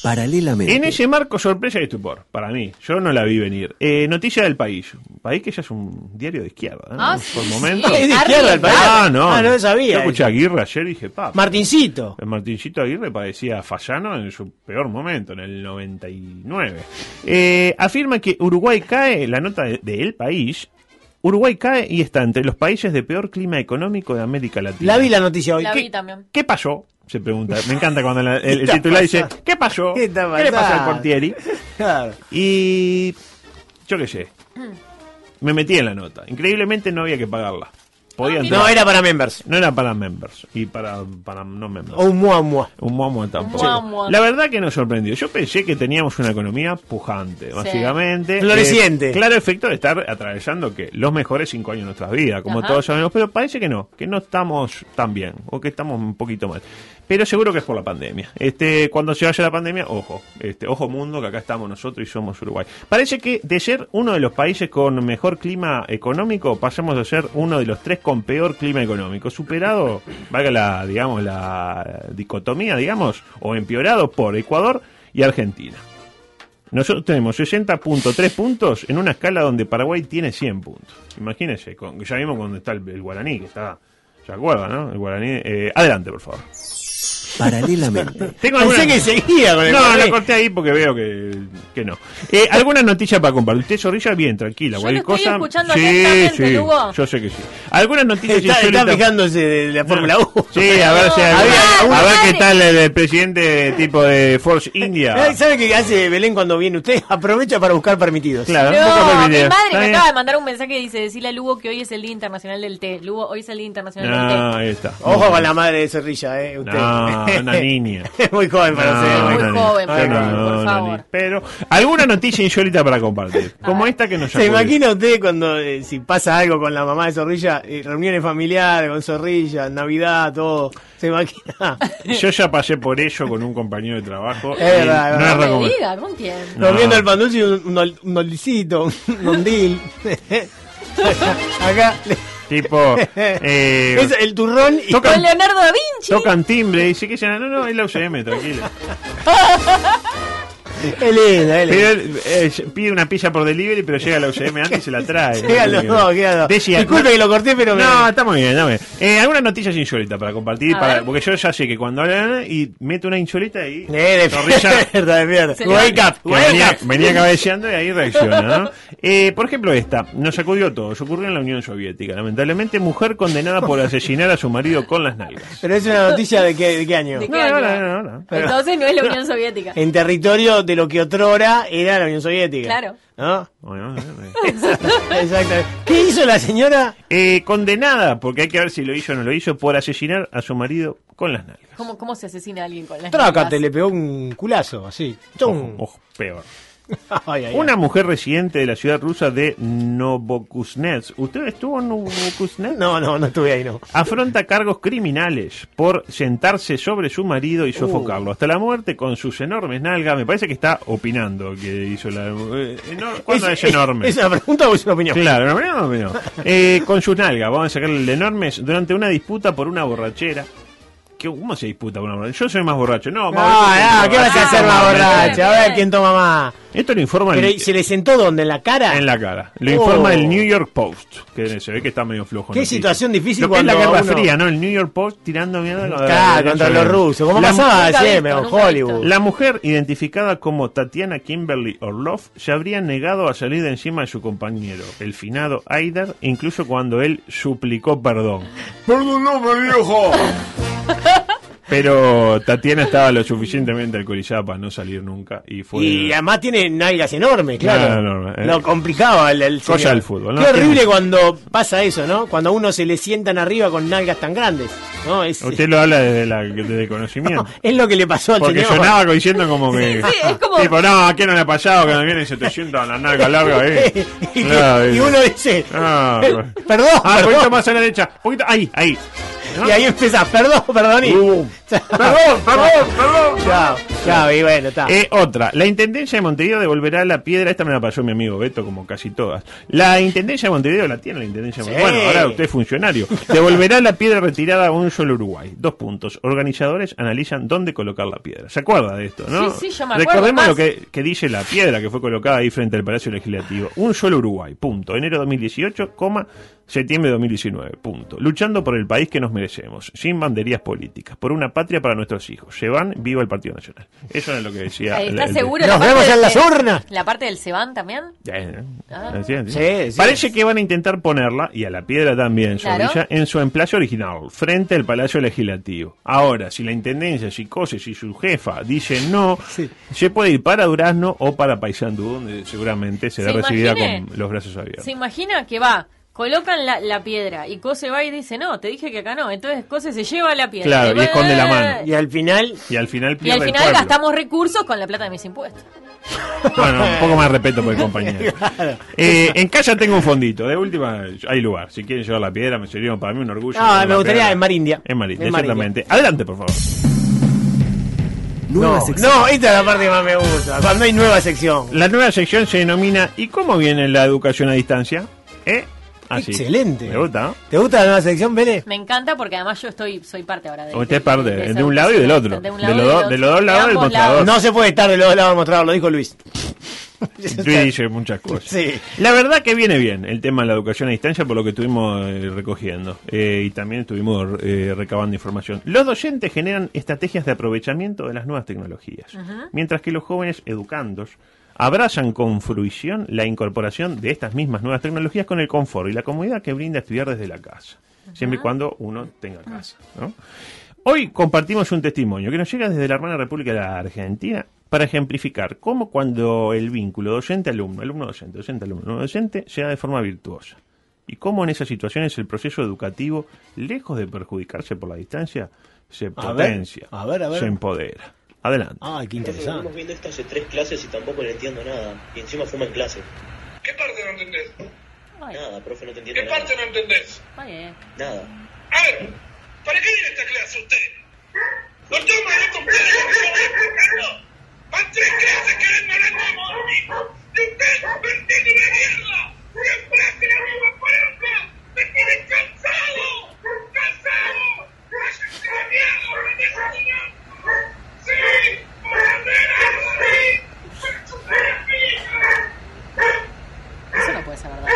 Speaker 1: Paralelamente.
Speaker 8: En ese marco, sorpresa y estupor, para mí. Yo no la vi venir. Eh, noticia del país. Un País que ya es un diario de izquierda, ¿no?
Speaker 10: Ah, sí,
Speaker 8: Por
Speaker 10: sí.
Speaker 8: momento.
Speaker 9: Es de izquierda el país.
Speaker 8: Ah, no.
Speaker 9: Ah, no sabía
Speaker 8: Yo escuché a
Speaker 9: eso.
Speaker 8: Aguirre ayer y dije, pa.
Speaker 9: Martincito.
Speaker 8: El Martincito Aguirre parecía Fallano en su peor momento, en el 99. Eh, afirma que Uruguay cae, la nota de, de El País, Uruguay cae y está entre los países de peor clima económico de América Latina.
Speaker 9: La vi la noticia hoy.
Speaker 10: La
Speaker 9: ¿Qué-
Speaker 10: vi también.
Speaker 8: ¿Qué pasó? Se pregunta. Me encanta cuando la-
Speaker 9: (laughs)
Speaker 8: el, el
Speaker 9: está
Speaker 8: titular dice,
Speaker 9: pasando?
Speaker 8: ¿qué pasó?
Speaker 9: ¿Qué está
Speaker 8: ¿Qué le pasó al
Speaker 9: pasando?
Speaker 8: Portieri?
Speaker 9: Claro.
Speaker 8: Y yo qué sé. Me metí en la nota. Increíblemente no había que pagarla. Podía entrar.
Speaker 9: No, era para members.
Speaker 8: No era para members y para, para no members.
Speaker 9: O un mua mua.
Speaker 8: Un momo tampoco.
Speaker 10: Un momo.
Speaker 8: La verdad que nos sorprendió. Yo pensé que teníamos una economía pujante, básicamente.
Speaker 9: Floreciente.
Speaker 8: Eh, claro efecto de estar atravesando que los mejores cinco años de nuestras vidas, como
Speaker 10: Ajá.
Speaker 8: todos sabemos, pero parece que no, que no estamos tan bien, o que estamos un poquito mal. Pero seguro que es por la pandemia. Este, cuando se vaya la pandemia, ojo, este, ojo mundo, que acá estamos nosotros y somos Uruguay. Parece que de ser uno de los países con mejor clima económico, pasamos a ser uno de los tres con peor clima económico, superado, valga la, digamos, la dicotomía, digamos, o empeorado por Ecuador y Argentina. Nosotros tenemos 60.3 puntos en una escala donde Paraguay tiene 100 puntos. Imagínense, con- ya vimos cuando está el, el guaraní, que está... ¿Se acuerdan, no? El guaraní... eh, adelante, por favor.
Speaker 9: (laughs)
Speaker 1: Paralelamente.
Speaker 8: Tengo
Speaker 9: Pensé
Speaker 8: alguna-
Speaker 9: que seguía con el
Speaker 8: No,
Speaker 9: guaraní.
Speaker 8: lo corté ahí porque veo que, que no. Eh, ¿Alguna noticia para compartir? Usted, Zorrilla, bien, tranquila.
Speaker 10: Yo
Speaker 8: cualquier
Speaker 10: lo estoy
Speaker 8: cosa...
Speaker 10: escuchando atentamente, Lugo.
Speaker 8: Yo sé que sí. ¿Algunas noticias
Speaker 9: Está, está
Speaker 8: insólitas?
Speaker 9: fijándose de la Fórmula 1. (laughs)
Speaker 8: Sí, a ver si hay
Speaker 10: No,
Speaker 8: alguna-
Speaker 10: dale,
Speaker 8: a ver
Speaker 10: dale.
Speaker 8: qué tal el, el presidente tipo de Force
Speaker 9: (laughs)
Speaker 8: India.
Speaker 9: Ay, ¿Sabe qué hace Belén cuando viene usted? (laughs) Aprovecha para buscar permitidos.
Speaker 8: Claro, un poco
Speaker 10: No,
Speaker 8: por
Speaker 10: mi
Speaker 8: video.
Speaker 10: madre
Speaker 8: Está
Speaker 10: me
Speaker 8: bien.
Speaker 10: acaba de mandar un mensaje que dice, decirle a Lugo que hoy es el Día Internacional del Té. Lugo, hoy es el Día Internacional
Speaker 8: Ah,
Speaker 10: del Té.
Speaker 8: ahí está.
Speaker 9: Ojo con la madre de Cerrilla, ¿eh? Usted.
Speaker 8: No, una
Speaker 9: (laughs)
Speaker 8: niña.
Speaker 9: Es muy joven para
Speaker 8: No,
Speaker 9: ser.
Speaker 10: muy
Speaker 8: no, no,
Speaker 10: joven,
Speaker 8: no,
Speaker 10: por
Speaker 8: no,
Speaker 10: favor, por
Speaker 8: no,
Speaker 10: favor.
Speaker 8: ni- Pero alguna noticia insólita para compartir, como esta que nos
Speaker 9: ¿Se
Speaker 8: sacudió.
Speaker 9: imagina usted cuando, eh, si pasa algo con la mamá de Zorrilla, eh, reuniones familiares con Zorrilla, Navidad, todo? ¿Se
Speaker 8: (laughs)
Speaker 9: imagina? (laughs)
Speaker 8: Yo ya pasé por ello con un compañero de trabajo.
Speaker 9: Es
Speaker 8: y
Speaker 9: verdad, es
Speaker 8: no
Speaker 9: verdad.
Speaker 8: es
Speaker 10: No me
Speaker 8: recomendable.
Speaker 10: diga, no entiendo.
Speaker 8: No.
Speaker 9: Comiendo el pan dulce y un, un, ol- un olicito, un ondil. (laughs) Acá.
Speaker 8: (laughs)
Speaker 9: le- (laughs)
Speaker 8: Tipo, Oh, eh,
Speaker 9: es el turrón y.
Speaker 8: Toca-
Speaker 10: Con Leonardo da Vinci.
Speaker 8: tocan timbre y dice que ya no, no, es la UCM, tranquilo.
Speaker 9: Qué linda, qué linda.
Speaker 8: Pero, eh, pide una pizza por delivery, pero llega la UCM antes y se la trae.
Speaker 9: (laughs) Llega los dos, llega los dos.
Speaker 8: Decía-
Speaker 9: Disculpe que lo corté, pero me-
Speaker 8: No, está muy bien, está muy bien. Eh, algunas noticias insólitas para compartir,
Speaker 10: A
Speaker 8: para-
Speaker 10: ver.
Speaker 8: porque yo ya sé que cuando hablan y meto una insólita y...
Speaker 9: Eh, (laughs)
Speaker 8: Zorrilla-
Speaker 9: de mierda, de mierda.
Speaker 10: Se
Speaker 9: Wake up,
Speaker 8: Que
Speaker 9: wake
Speaker 8: venía,
Speaker 9: up.
Speaker 8: venía cabeceando y ahí reacciona, ¿no? (laughs) Eh, por ejemplo, esta. Nos sacudió todo. Se ocurrió en la Unión Soviética. Lamentablemente, mujer condenada por asesinar a su marido con las nalgas.
Speaker 9: Pero es una noticia de qué, de qué año.
Speaker 10: ¿De
Speaker 8: No,
Speaker 10: qué año?
Speaker 8: no, no, no, no.
Speaker 10: Entonces no es la
Speaker 8: (laughs)
Speaker 10: Unión Soviética.
Speaker 9: En territorio de lo que otrora era la Unión Soviética.
Speaker 10: Claro.
Speaker 9: ¿No? (laughs)
Speaker 8: Bueno, eh,
Speaker 9: Exactamente. ¿Qué hizo la señora?
Speaker 8: eh. Eh, condenada, porque hay que ver si lo hizo o no lo hizo, por asesinar a su marido con las nalgas.
Speaker 10: ¿Cómo, ¿Cómo se asesina a alguien con las
Speaker 9: Trácate,
Speaker 10: nalgas?
Speaker 9: le pegó un culazo, así.
Speaker 8: Ojo,
Speaker 9: ¡Tum!
Speaker 8: ojo, peor.
Speaker 9: (laughs) Ay, ay,
Speaker 8: Oh, Una mujer residente de la ciudad rusa de Novokuznetsk. ¿Usted estuvo en
Speaker 9: ay.
Speaker 8: Novokuznetsk?
Speaker 9: No, no, no estuve ahí, no.
Speaker 8: afronta cargos criminales por sentarse sobre su marido y
Speaker 9: Uh.
Speaker 8: sofocarlo hasta la muerte con sus enormes nalgas. Me parece que está opinando que hizo la. eh, enor- ¿Cuándo es, enorme?
Speaker 9: ¿Es una pregunta o es una opinión?
Speaker 8: Claro, no, no, no, no. Eh, con sus nalgas, vamos a sacarle el enormes durante una disputa por una borrachera. ¿Qué- ¿Cómo se disputa por una borrachera? Yo soy más borracho. No, más
Speaker 9: Ah,
Speaker 8: borracho,
Speaker 9: ah, ¿qué vas a hacer más
Speaker 10: Ah,
Speaker 9: borracha? A ver
Speaker 10: bien.
Speaker 9: quién toma más.
Speaker 8: Esto lo informa el-
Speaker 9: Pero ¿y ¿se le sentó dónde? ¿En la cara?
Speaker 8: en la cara. Lo informa
Speaker 9: Oh.
Speaker 8: el New York Post, que se ve que está medio flojo.
Speaker 9: Qué
Speaker 8: noticia.
Speaker 9: situación difícil
Speaker 8: Lo que es la
Speaker 9: cuando
Speaker 8: Guerra
Speaker 9: uno-
Speaker 8: Fría, ¿no? El New York Post tirando mierda contra,
Speaker 9: Claro, contra los rusos. ¿Cómo
Speaker 8: La-
Speaker 9: pasaba
Speaker 10: Nunca
Speaker 9: siempre
Speaker 10: visto,
Speaker 9: con
Speaker 10: nunca
Speaker 9: Hollywood?
Speaker 8: La mujer, identificada como Tatiana Kimberly Orlov, se habría negado a salir de encima de su compañero, el finado Aider, incluso cuando él suplicó perdón.
Speaker 7: Perdón, no, mi viejo.
Speaker 8: (laughs) Pero Tatiana estaba lo suficientemente alcoholizada para no salir nunca y fue.
Speaker 9: Y además tiene nalgas enormes, claro.
Speaker 8: Claro, enorme, eh.
Speaker 9: Lo complicaba el, el
Speaker 8: Cosa
Speaker 9: señor.
Speaker 8: del fútbol, ¿no?
Speaker 9: Qué horrible
Speaker 8: Tiene-
Speaker 9: cuando pasa eso, ¿no? Cuando a uno se le sientan arriba con nalgas tan grandes. ¿no? Es, (laughs)
Speaker 8: Usted lo habla desde, la, desde el conocimiento.
Speaker 9: es lo que le pasó al
Speaker 8: Porque
Speaker 9: señor.
Speaker 8: sonaba como diciendo como que.
Speaker 10: (laughs) Sí, sí, es como-
Speaker 8: Tipo, no, ¿qué no le ha pasado? Que me vienen 700 la nalga
Speaker 10: (laughs)
Speaker 8: larga, eh.
Speaker 9: y,
Speaker 8: Claro,
Speaker 9: y
Speaker 8: eh.
Speaker 9: uno dice,
Speaker 8: Ah,
Speaker 10: "Eh,
Speaker 9: "Perdón, perdón,
Speaker 8: Ah, un poquito más a la derecha. un Poquito, ahí, ahí. Uh,
Speaker 9: Y ahí empieza, perdón, perdón. y- (laughs)
Speaker 8: Perdón, perdón, perdón.
Speaker 9: Chao, chao, y bueno, está.
Speaker 8: Eh, otra, la Intendencia de Montevideo devolverá la piedra, esta me la pasó mi amigo Beto, como casi todas. La Intendencia de Montevideo la tiene la Intendencia de Montevideo.
Speaker 9: Sí.
Speaker 8: Bueno, ahora usted es funcionario. Devolverá la piedra retirada a un solo Uruguay. Dos puntos. Organizadores analizan dónde colocar la piedra. ¿Se acuerda de esto, no?
Speaker 10: Sí, sí, yo me acuerdo,
Speaker 8: Recordemos
Speaker 10: más.
Speaker 8: lo que, que dice la piedra que fue colocada ahí frente al Palacio Legislativo. Un solo Uruguay, punto. Enero 2018, coma, septiembre 2019, punto. Luchando por el país que nos merecemos, sin banderías políticas, por una patria para nuestros hijos. Se van, viva el Partido Nacional. Eso es lo que decía.
Speaker 10: Ahí, ¿Estás
Speaker 8: el-
Speaker 10: seguro?
Speaker 9: Nos
Speaker 10: la parte
Speaker 9: vemos en
Speaker 10: del-
Speaker 9: las urnas.
Speaker 10: ¿La parte del Sebán también?
Speaker 8: Eh,
Speaker 10: Ah.
Speaker 8: así es, así
Speaker 9: Sí,
Speaker 8: es.
Speaker 9: sí.
Speaker 8: Parece que van a intentar ponerla, y a la piedra también, su
Speaker 10: Claro.
Speaker 8: orilla, en su emplazo original, frente al Palacio Legislativo. Ahora, si la Intendencia, si Cose, si su jefa dice no, se puede ir para Durazno o para Paysandú, donde seguramente será
Speaker 10: ¿Se
Speaker 8: recibida
Speaker 10: imagine?
Speaker 8: con los brazos abiertos.
Speaker 10: ¿Se imagina que va? Colocan la, la piedra y Cose va y dice, no, te dije que acá no. Entonces Cose se lleva la piedra.
Speaker 8: Claro, y
Speaker 10: va-
Speaker 8: esconde la mano.
Speaker 9: Y al final,
Speaker 8: Y al final
Speaker 10: Y
Speaker 8: pierde
Speaker 10: al
Speaker 8: el
Speaker 10: final
Speaker 8: pueblo.
Speaker 10: gastamos recursos con la plata de mis impuestos.
Speaker 8: Bueno, un poco más de respeto
Speaker 9: (laughs)
Speaker 8: por el compañero. Eh, en casa tengo un fondito. De última, hay lugar. Si quieren llevar la piedra, me sería para mí un orgullo.
Speaker 9: No,
Speaker 8: llevar
Speaker 9: me
Speaker 8: la
Speaker 9: gustaría
Speaker 8: piedra.
Speaker 9: en Mar India.
Speaker 8: En Mar India,
Speaker 9: En Mar India.
Speaker 8: exactamente. Adelante, por favor.
Speaker 1: Nueva
Speaker 9: no,
Speaker 1: sección.
Speaker 9: no, esta es la parte que más me gusta. Cuando hay nueva sección.
Speaker 8: La nueva sección se denomina ¿Y cómo viene la educación a distancia? ¿Eh? Así.
Speaker 9: Excelente.
Speaker 8: Me gusta,
Speaker 9: (laughs)
Speaker 8: ¿no?
Speaker 9: ¿Te gusta la nueva sección, Vélez?
Speaker 10: Me encanta porque además yo estoy soy parte ahora de
Speaker 8: Usted es parte,
Speaker 10: esa
Speaker 8: de un lado y del
Speaker 10: organización.
Speaker 8: otro.
Speaker 10: De, un
Speaker 8: De
Speaker 10: lado
Speaker 8: los
Speaker 10: y
Speaker 8: dos-
Speaker 10: del otro.
Speaker 8: de los dos lados del
Speaker 10: ambos
Speaker 8: mostrador.
Speaker 9: No se puede estar de los dos lados del mostrador, lo dijo Luis.
Speaker 8: (laughs) Luis dice muchas cosas.
Speaker 9: Sí.
Speaker 8: La verdad que viene bien el tema de la educación a distancia por lo que estuvimos eh, recogiendo eh, y también estuvimos eh, recabando información. Los docentes generan estrategias de aprovechamiento de las nuevas tecnologías, mientras que los jóvenes educandos abrazan con fruición la incorporación de estas mismas nuevas tecnologías con el confort y la comodidad que brinda estudiar desde la casa, siempre y cuando uno tenga casa. ¿no? Hoy compartimos un testimonio que nos llega desde la hermana República de la Argentina para ejemplificar cómo cuando el vínculo docente-alumno, alumno-docente, docente-alumno, alumno-docente, se da de forma virtuosa. Y cómo en esas situaciones el proceso educativo, lejos de perjudicarse por la distancia, se
Speaker 9: A ver,
Speaker 8: potencia,
Speaker 9: a ver, a ver. Ah.
Speaker 8: se empodera. Adelante.
Speaker 9: Ay, qué
Speaker 2: Estuvimos
Speaker 9: interesante.
Speaker 2: viendo esto hace tres clases y tampoco le entiendo nada. Y encima fuma en clase.
Speaker 7: ¿Qué parte no entendés?
Speaker 10: Ay,
Speaker 2: Nada, profe, no te
Speaker 7: ¿Qué
Speaker 2: entiendo nada.
Speaker 7: parte no entendés?
Speaker 10: ay, eh.
Speaker 2: Nada.
Speaker 7: A ver, ¿para qué viene esta clase usted? ¡No toma la completa! ¡Van tres clases que le mandan a morir! ¡Y usted no entiende una mierda! ¡Siempre hace la misma palabra! ¡Me tiene cansado! ¡Cansado! ¡Váyanse a la mierda! ¡Me dejan! ¡Sí! ¡Mordera! ¡Sí! ¡Me chupé la pija!
Speaker 10: Eso no puede ser
Speaker 8: (laughs)
Speaker 10: verdad.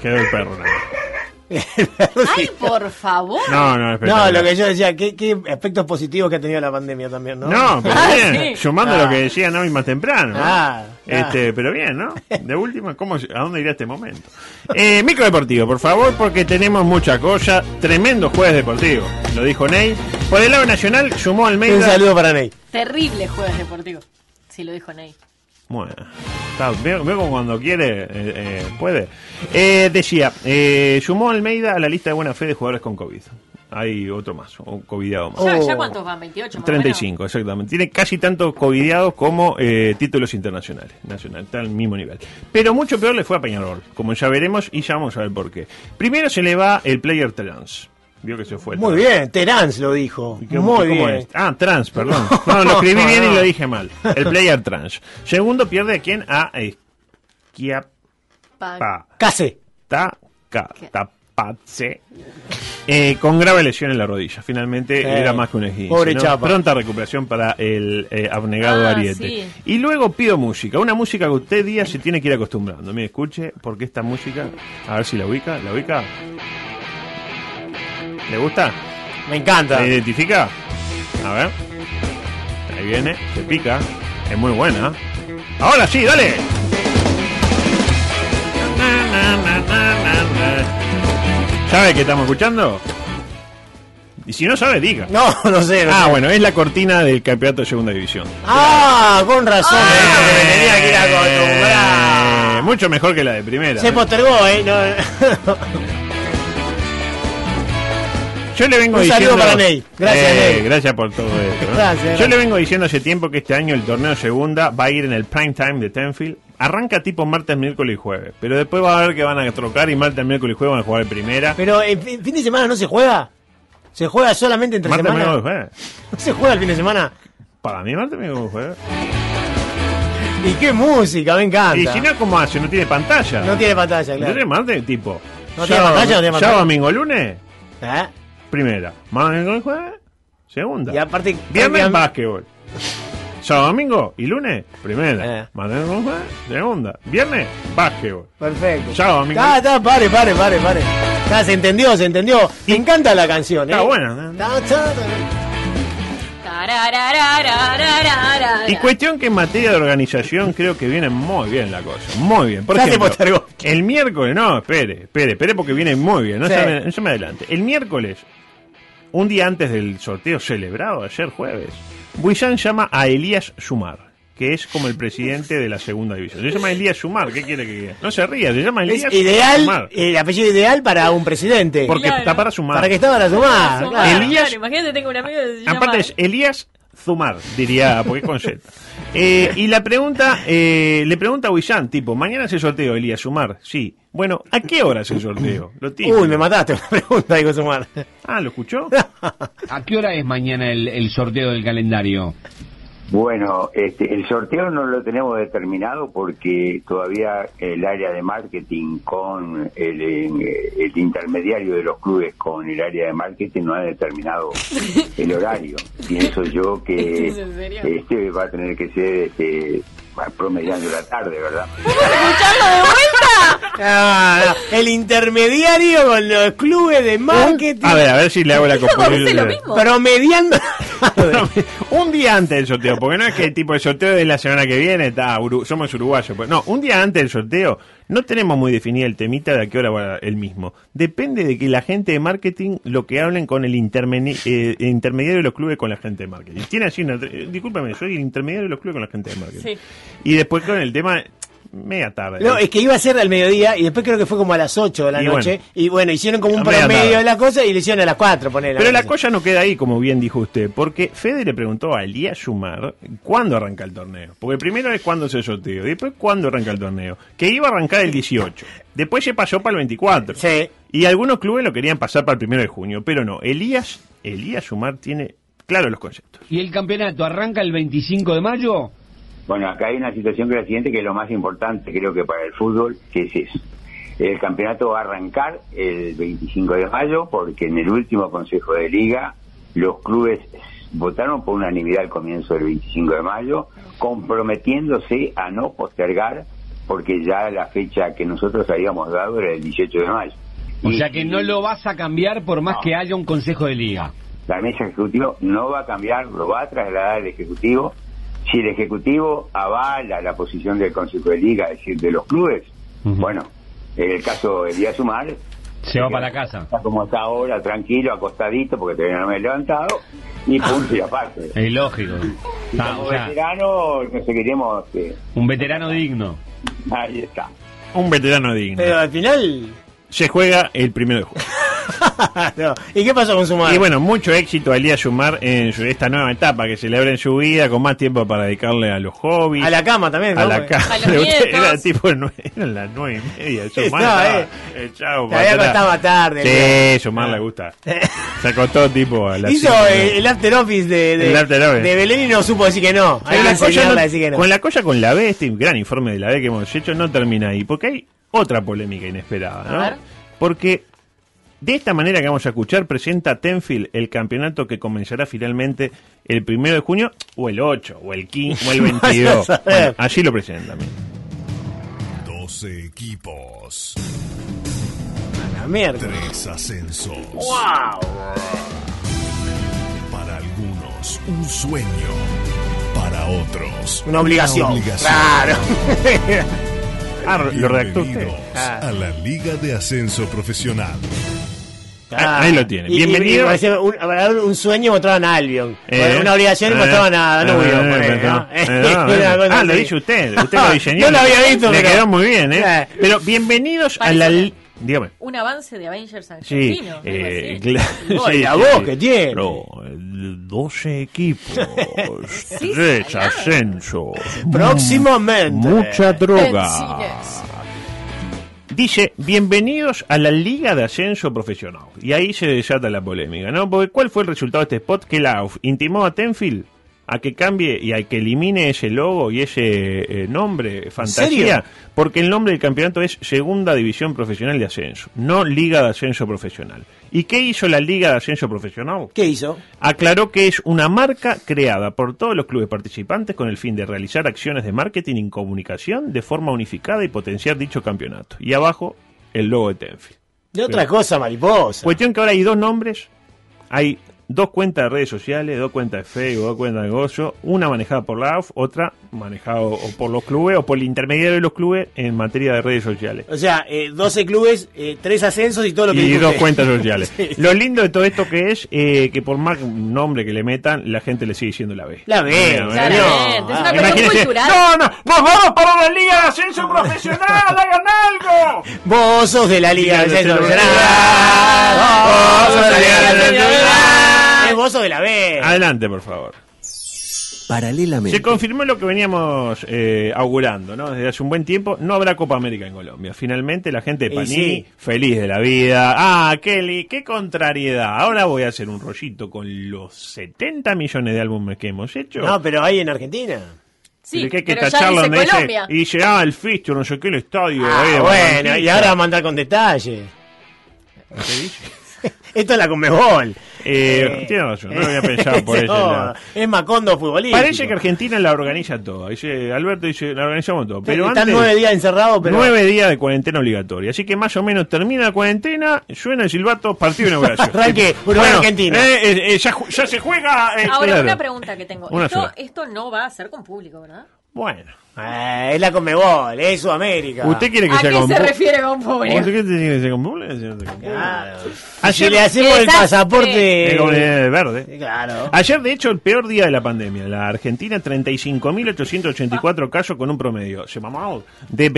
Speaker 8: Quedó el perro. nada más.
Speaker 10: Ay, por favor.
Speaker 8: No, no,
Speaker 9: No,
Speaker 8: espectacular.
Speaker 9: lo que yo decía, qué, qué aspectos positivos que ha tenido la pandemia también, ¿no? (laughs)
Speaker 8: No, pero
Speaker 10: Ah,
Speaker 8: bien,
Speaker 10: sí.
Speaker 8: sumando
Speaker 9: Ah.
Speaker 8: lo que decía Navi más temprano. ¿no?
Speaker 9: Ah,
Speaker 8: Este, Pero bien, ¿no? De última, ¿cómo, ¿a dónde irá este momento? Eh, micro deportivo, por favor, porque tenemos mucha cosa. Tremendo jueves deportivo, lo dijo Ney. Por el lado nacional, sumó
Speaker 9: Un
Speaker 8: Almeida.
Speaker 9: saludo para Ney.
Speaker 10: Terrible jueves deportivo. Si lo dijo Ney.
Speaker 8: Bueno, está, veo, veo como cuando quiere, eh, eh, puede. Eh, decía, eh, sumó Almeida a la lista de buena fe de jugadores con COVID. Hay otro más, un covidiado más.
Speaker 10: ¿Ya,
Speaker 9: Oh.
Speaker 10: ya cuántos van? ¿28 más o menos?
Speaker 8: 35, exactamente. Tiene casi tantos covidiados como eh, títulos internacionales. Nacional, está al mismo nivel. Pero mucho peor le fue a Peñarol, como ya veremos y ya vamos a ver por qué. Primero se le va el player trans. Vio que se fue.
Speaker 9: Muy
Speaker 8: trans.
Speaker 9: bien, Terán lo dijo.
Speaker 8: ¿Qué-
Speaker 9: Muy
Speaker 8: qué- cómo
Speaker 9: bien.
Speaker 8: es? Ah, trans, perdón. No, lo escribí
Speaker 9: No,
Speaker 8: bien y
Speaker 9: no.
Speaker 8: lo dije mal. El player trans. Segundo pierde a quién? A eh, Esquiapa.
Speaker 10: Pa-
Speaker 9: Case.
Speaker 8: Ta- ca- tapatse, eh, con grave lesión en la rodilla. Finalmente
Speaker 9: Sí.
Speaker 8: era más que un esguince.
Speaker 9: Pobre
Speaker 8: ¿no?
Speaker 9: chapa.
Speaker 8: Pronta recuperación para el eh, abnegado
Speaker 10: Ah,
Speaker 8: Ariete.
Speaker 10: sí.
Speaker 8: Y luego pido música. Una música que usted día se tiene que ir acostumbrando. Me escuche, porque esta música. A ver si la ubica. ¿La ubica? ¿Le gusta?
Speaker 9: Me encanta.
Speaker 8: ¿La identifica? A ver. Ahí viene. Se pica. Es muy buena. Ahora sí, dale. ¿Sabe qué estamos escuchando? Y si no sabe, diga.
Speaker 9: No, (laughs) no sé. no
Speaker 8: Ah,
Speaker 9: sé.
Speaker 8: bueno, es la cortina del campeonato de segunda división.
Speaker 9: Ah, con razón. me dijo que me tenía que ir
Speaker 8: Eh,
Speaker 9: acostumbrar.
Speaker 8: mucho mejor que la de primera.
Speaker 9: Se
Speaker 8: ¿eh?
Speaker 9: postergó, ¿eh? No. (laughs)
Speaker 8: Yo le vengo
Speaker 9: Un saludo
Speaker 8: diciendo. Eh,
Speaker 9: para Ney. Gracias, Ney.
Speaker 8: Gracias por todo esto. ¿no?
Speaker 9: Gracias,
Speaker 8: Yo
Speaker 9: gracias.
Speaker 8: le vengo diciendo hace tiempo que este año el torneo segunda va a ir en el prime time de Tenfield. Arranca tipo martes, miércoles y jueves. Pero después va a ver que van a trocar y martes, miércoles y jueves van a jugar en primera.
Speaker 9: Pero el fin fin de semana no se juega. ¿Se juega solamente entre
Speaker 8: Martes,
Speaker 9: semana?
Speaker 8: miércoles y jueves.
Speaker 9: ¿No se juega el fin de semana?
Speaker 8: Para mí, martes, miércoles y jueves.
Speaker 9: ¿Y qué música? Me encanta.
Speaker 8: Y si no, ¿cómo hace? No tiene pantalla.
Speaker 9: No tiene pantalla,
Speaker 8: No tiene
Speaker 9: claro.
Speaker 8: martes, tipo.
Speaker 9: ¿No tiene pantalla, no tiene pantalla?
Speaker 8: Ya domingo, lunes,
Speaker 9: ¿Eh?
Speaker 8: primera. Martes, miércoles y jueves, segunda.
Speaker 9: Y aparte...
Speaker 8: Viernes,
Speaker 9: prácticamente-
Speaker 8: básquetbol. Sábado, domingo y lunes, primera.
Speaker 9: Eh.
Speaker 8: Martes, miércoles, jueves, segunda. Viernes, básquetbol.
Speaker 9: Perfecto.
Speaker 8: Chao, amigo.
Speaker 9: Está, está, pare, pare, pare, pare. Está, se entendió, se entendió. Me encanta la canción, ¿eh?
Speaker 8: Está buena. Ah, ¿no?
Speaker 9: Está, está, está.
Speaker 10: Tararararararara.
Speaker 8: Y cuestión que en materia de organización creo que viene muy bien la cosa. Muy bien. Por
Speaker 9: Ya se
Speaker 8: ejemplo,
Speaker 9: postergó.
Speaker 8: el miércoles, no, espere, espere, espere porque viene muy bien. No,
Speaker 9: Sí.
Speaker 8: se, me, no se me adelante. El miércoles, un día antes del sorteo celebrado ayer jueves, Buizán llama a Elías Sumar. Que es como el presidente de la segunda división. Se llama Elías Sumar. ¿Qué quiere que diga? No se ría, se llama
Speaker 9: Es
Speaker 8: Elías
Speaker 9: ideal,
Speaker 8: Sumar.
Speaker 9: el apellido ideal para un presidente.
Speaker 8: Porque
Speaker 10: Claro.
Speaker 8: está para sumar.
Speaker 9: Para que estaba la sumar.
Speaker 10: Claro,
Speaker 9: claro.
Speaker 8: Elías-
Speaker 10: claro, imagínate, tengo un amigo que se llama-
Speaker 8: Aparte es Elías Zumar, diría, porque es
Speaker 10: (laughs)
Speaker 8: con Z. Eh, y la pregunta, eh, le pregunta a Huillán, tipo, mañana es el sorteo, Elías Zumar, sí. Bueno, ¿a qué hora es el sorteo? Lo típico.
Speaker 9: Uy, me mataste una pregunta,
Speaker 8: (laughs)
Speaker 9: digo sumar.
Speaker 8: Ah,
Speaker 10: (laughs)
Speaker 8: ¿lo escuchó?
Speaker 4: ¿A qué hora es mañana el, sorteo del calendario?
Speaker 11: Bueno, este, el sorteo no lo tenemos determinado porque todavía el área de marketing con el, eh, el intermediario de los clubes con el área de marketing no ha determinado el
Speaker 10: (laughs)
Speaker 11: horario. Pienso yo que
Speaker 10: ¿Es en serio?
Speaker 11: este va a tener que ser este, promediando la tarde, ¿verdad?
Speaker 10: ¿Escucharlo de vuelta?
Speaker 9: Ah, no. El intermediario con los clubes de marketing.
Speaker 8: A ver, a ver si
Speaker 10: (laughs)
Speaker 8: le hago la
Speaker 10: Dice lo
Speaker 8: confusión.
Speaker 10: mismo.
Speaker 8: (laughs)
Speaker 9: Promediando.
Speaker 8: un día antes del sorteo, porque no es que tipo el sorteo de la semana que viene, está, Uru- somos uruguayos. pues, no, un día antes del sorteo no tenemos muy definido el temita de a qué hora va el mismo. Depende de que la gente de marketing lo que hablen con el intermeni- eh, intermediario de los clubes con la gente de marketing. Tiene así una. eh, discúlpame, soy el intermediario de los clubes con la gente de marketing.
Speaker 10: Sí.
Speaker 8: Y después con el tema, media tarde.
Speaker 9: No, es que iba a ser al mediodía y después creo que fue como a las 8 de la
Speaker 8: Y
Speaker 9: noche.
Speaker 8: bueno.
Speaker 9: y bueno, hicieron como un
Speaker 8: A media tarde.
Speaker 9: promedio de la cosa y le hicieron a las 4, ponele.
Speaker 8: Pero la
Speaker 9: cosa.
Speaker 8: cosa no queda ahí, como bien dijo usted, porque Fede le preguntó a Elías Sumar cuándo arranca el torneo. Porque primero es cuándo se sorteó, después cuándo arranca el torneo. Que iba a arrancar el 18, después se pasó para el 24.
Speaker 9: Sí.
Speaker 8: Y algunos clubes lo querían pasar para el primero de junio, pero no. Elías, Elías Sumar tiene claro los conceptos.
Speaker 4: ¿Y el campeonato arranca el 25 de mayo?
Speaker 11: Bueno, acá hay una situación que es la siguiente, que es lo más importante, creo que para el fútbol, que es eso. El campeonato va a arrancar el 25 de mayo, porque en el último Consejo de Liga los clubes votaron por unanimidad al comienzo del 25 de mayo, comprometiéndose a no postergar, porque ya la fecha que nosotros habíamos dado era el 18 de mayo.
Speaker 4: O
Speaker 11: Y-
Speaker 4: sea que no lo vas a cambiar por más
Speaker 11: No.
Speaker 4: que haya un consejo de liga.
Speaker 11: la mesa ejecutiva no va a cambiar, lo va a trasladar el ejecutivo. Si el ejecutivo avala la posición del Consejo de Liga, es decir, de los clubes,
Speaker 4: Ujú.
Speaker 11: bueno, en el caso de Díaz Sumar,
Speaker 4: Se va para la casa.
Speaker 11: está como está ahora, tranquilo, acostadito, porque todavía no me he levantado, y punto y aparte.
Speaker 4: Es lógico.
Speaker 11: Y
Speaker 4: Ah,
Speaker 11: como
Speaker 4: o sea,
Speaker 11: veterano, no seguiremos, eh,
Speaker 4: un veterano digno.
Speaker 11: (laughs) ahí está.
Speaker 8: Un veterano digno.
Speaker 9: Pero al final. (laughs)
Speaker 8: Se juega el primero de junio.
Speaker 9: no. ¿Y qué pasó con su madre?
Speaker 8: Y bueno, mucho éxito a Elías Sumar en su- esta nueva etapa que celebra en su vida, con más tiempo para dedicarle a los hobbies.
Speaker 9: a la cama también.
Speaker 8: A
Speaker 9: ¿no?
Speaker 8: la casa.
Speaker 10: A los nietos.
Speaker 8: Era tipo nue- eran las nueve y media. Su madre
Speaker 9: No,
Speaker 8: estaba
Speaker 9: eh.
Speaker 8: echado
Speaker 9: Se había
Speaker 8: para
Speaker 9: acostado
Speaker 8: atrás.
Speaker 9: tarde,
Speaker 8: Sí,
Speaker 9: el
Speaker 8: su madre
Speaker 9: día.
Speaker 8: le
Speaker 9: (laughs)
Speaker 8: gusta. Se acostó tipo a las
Speaker 9: Hizo
Speaker 8: cinco.
Speaker 9: el, el after office de, de,
Speaker 8: El after office.
Speaker 9: de Belén y no supo decir que no. Hay
Speaker 8: Pero
Speaker 9: que
Speaker 8: la cosa
Speaker 9: enseñarla
Speaker 8: no-
Speaker 9: a decir que no.
Speaker 8: Con la cosa con la B, este gran informe de la B que hemos hecho no termina ahí, porque hay otra polémica inesperada, ¿no?
Speaker 10: A ver.
Speaker 8: Porque de esta manera que vamos a escuchar presenta Tenfield el campeonato que comenzará finalmente el primero de junio o el 8 o el 15 o
Speaker 9: (laughs)
Speaker 8: el 22.
Speaker 9: Vas a saber.
Speaker 8: Bueno, allí lo presentan.
Speaker 7: 12 equipos,
Speaker 9: La mierda.
Speaker 7: 3 ascensos.
Speaker 9: ¡Wow!
Speaker 7: Para algunos, un sueño. Para otros,
Speaker 9: Una obligación.
Speaker 7: una obligación. (laughs)
Speaker 9: Claro.
Speaker 8: Ah, lo redactó usted.
Speaker 9: Ah,
Speaker 7: Bienvenidos a la Liga de Ascenso Profesional.
Speaker 8: Ah, ahí lo tiene. Bienvenido.
Speaker 9: y parecía un, para dar un sueño mostraban a Albion.
Speaker 8: Eh,
Speaker 9: una obligación y
Speaker 8: eh,
Speaker 9: mostraban a Danubio.
Speaker 8: eh,
Speaker 9: ponele, (laughs) ¿no?
Speaker 8: eh, perdón,
Speaker 9: Una
Speaker 8: eh.
Speaker 9: cosa
Speaker 8: Ah, lo
Speaker 9: así.
Speaker 8: dice usted. Usted lo diseñó.
Speaker 9: (laughs) No lo había visto,
Speaker 8: Le
Speaker 9: pero-
Speaker 8: quedó muy bien, ¿eh?
Speaker 9: Eh.
Speaker 8: Pero bienvenidos a la. li- Dígame.
Speaker 10: Un avance de Avengers
Speaker 8: Sí,
Speaker 10: argentino. algo
Speaker 8: eh, (laughs)
Speaker 10: así.
Speaker 8: cla-
Speaker 9: Oh, la voz que tiene.
Speaker 8: Pero, eh, 12 equipos,
Speaker 9: (laughs)
Speaker 10: Sí,
Speaker 8: tres
Speaker 10: señor.
Speaker 8: ascensos,
Speaker 9: Próximamente.
Speaker 8: mucha droga.
Speaker 10: Benzines.
Speaker 8: Dice, bienvenidos a la Liga de Ascenso Profesional. Y ahí se desata la polémica, ¿no? Porque ¿cuál fue el resultado de este spot? Que la AUF intimó a Tenfield a que cambie y a que elimine ese logo y ese eh, nombre, fantasía,
Speaker 9: serio?
Speaker 8: porque el nombre del campeonato es Segunda División Profesional de Ascenso, no Liga de Ascenso Profesional. ¿Y qué hizo la Liga de Ascenso Profesional?
Speaker 9: ¿Qué hizo?
Speaker 8: Aclaró que es una marca creada por todos los clubes participantes con el fin de realizar acciones de marketing y comunicación de forma unificada y potenciar dicho campeonato. Y abajo, el logo de Tenfield.
Speaker 9: De otra cosa, mariposa.
Speaker 8: Cuestión que ahora hay dos nombres, hay dos cuentas de redes sociales, dos cuentas de Facebook, dos cuentas de negocio, una manejada por la AUF, otra manejada o por los clubes o por el intermediario de los clubes en materia de redes sociales.
Speaker 9: o sea, eh, 12 clubes, eh, 3 ascensos y todo lo que
Speaker 8: y
Speaker 9: dijo
Speaker 8: dos
Speaker 9: usted.
Speaker 8: cuentas sociales.
Speaker 9: (laughs) Sí.
Speaker 8: Lo lindo de todo esto que es eh, que por más nombre que le metan, la gente le sigue diciendo la B.
Speaker 9: La B,
Speaker 8: No,
Speaker 9: claramente,
Speaker 8: no.
Speaker 9: es una
Speaker 10: cuestión
Speaker 8: Imagínese,
Speaker 10: cultural.
Speaker 8: No, no, nos vamos para la Liga de Ascenso Profesional, (laughs) hagan algo.
Speaker 9: Vos sos de la Liga de Ascenso
Speaker 8: Liga de
Speaker 9: Profesional.
Speaker 8: Ascenso
Speaker 9: Vos sos de la Liga de
Speaker 8: Profesional.
Speaker 9: Ascenso Profesional. Eh, Vos sos de la B.
Speaker 8: Adelante, por favor.
Speaker 1: Paralelamente,
Speaker 8: Se confirmó lo que veníamos eh, augurando, ¿no? Desde hace un buen tiempo, no habrá Copa América en Colombia. Finalmente la gente de
Speaker 9: Y
Speaker 8: Panini,
Speaker 9: sí.
Speaker 8: feliz de la vida. Ah, Kelly, qué contrariedad. Ahora voy a hacer un rollito con los 70 millones de álbumes que hemos hecho.
Speaker 9: No, pero ahí en Argentina.
Speaker 10: Sí,
Speaker 8: Pero que hay que
Speaker 10: pero ya
Speaker 8: tacharlo
Speaker 10: dice
Speaker 8: donde dice,
Speaker 10: Colombia.
Speaker 8: y llegaba el fixture, no sé qué, el estadio. eh, de
Speaker 9: Ah, bueno, y
Speaker 8: Barranquilla.
Speaker 9: ahora va a mandar con detalle.
Speaker 8: ¿Qué dice?
Speaker 9: (laughs) Esto es la Conmebol.
Speaker 8: Eh, tiene razón, no lo había pensado
Speaker 9: (laughs)
Speaker 8: por ese
Speaker 9: No,
Speaker 8: lado.
Speaker 9: Es Macondo futbolista.
Speaker 8: Parece que Argentina la organiza todo. Dice, Alberto dice, la organizamos todo. Pero
Speaker 9: Están
Speaker 8: antes,
Speaker 9: nueve días encerrados, pero.
Speaker 8: Nueve días de cuarentena obligatoria. Así que más o menos termina la cuarentena, suena el silbato, partido de inauguración.
Speaker 9: (laughs) Arranque, Uruguay, Argentina.
Speaker 8: eh, eh, eh, ya, ju- ya se juega. eh,
Speaker 10: Ahora,
Speaker 8: claro.
Speaker 10: una pregunta que tengo.
Speaker 8: Una
Speaker 10: Esto,
Speaker 8: sola.
Speaker 10: esto no va a ser con público, ¿verdad?
Speaker 8: Bueno.
Speaker 9: Ah, es la Conmebol, es Sudamérica.
Speaker 8: ¿Usted quiere que
Speaker 10: ¿A
Speaker 8: sea
Speaker 10: qué
Speaker 8: con
Speaker 10: se
Speaker 8: pu-
Speaker 10: refiere con
Speaker 8: ¿Usted
Speaker 10: público?
Speaker 8: quiere que sea con público? Señor, con público.
Speaker 9: Claro.
Speaker 8: Ayer-
Speaker 9: Si le hacemos el
Speaker 10: Desastre.
Speaker 8: Eh, con
Speaker 9: pasaporte.
Speaker 8: el verde.
Speaker 9: Sí, Claro.
Speaker 8: Ayer, de hecho, el peor día de la pandemia. La Argentina, 35.884 casos con un promedio, se mamó, de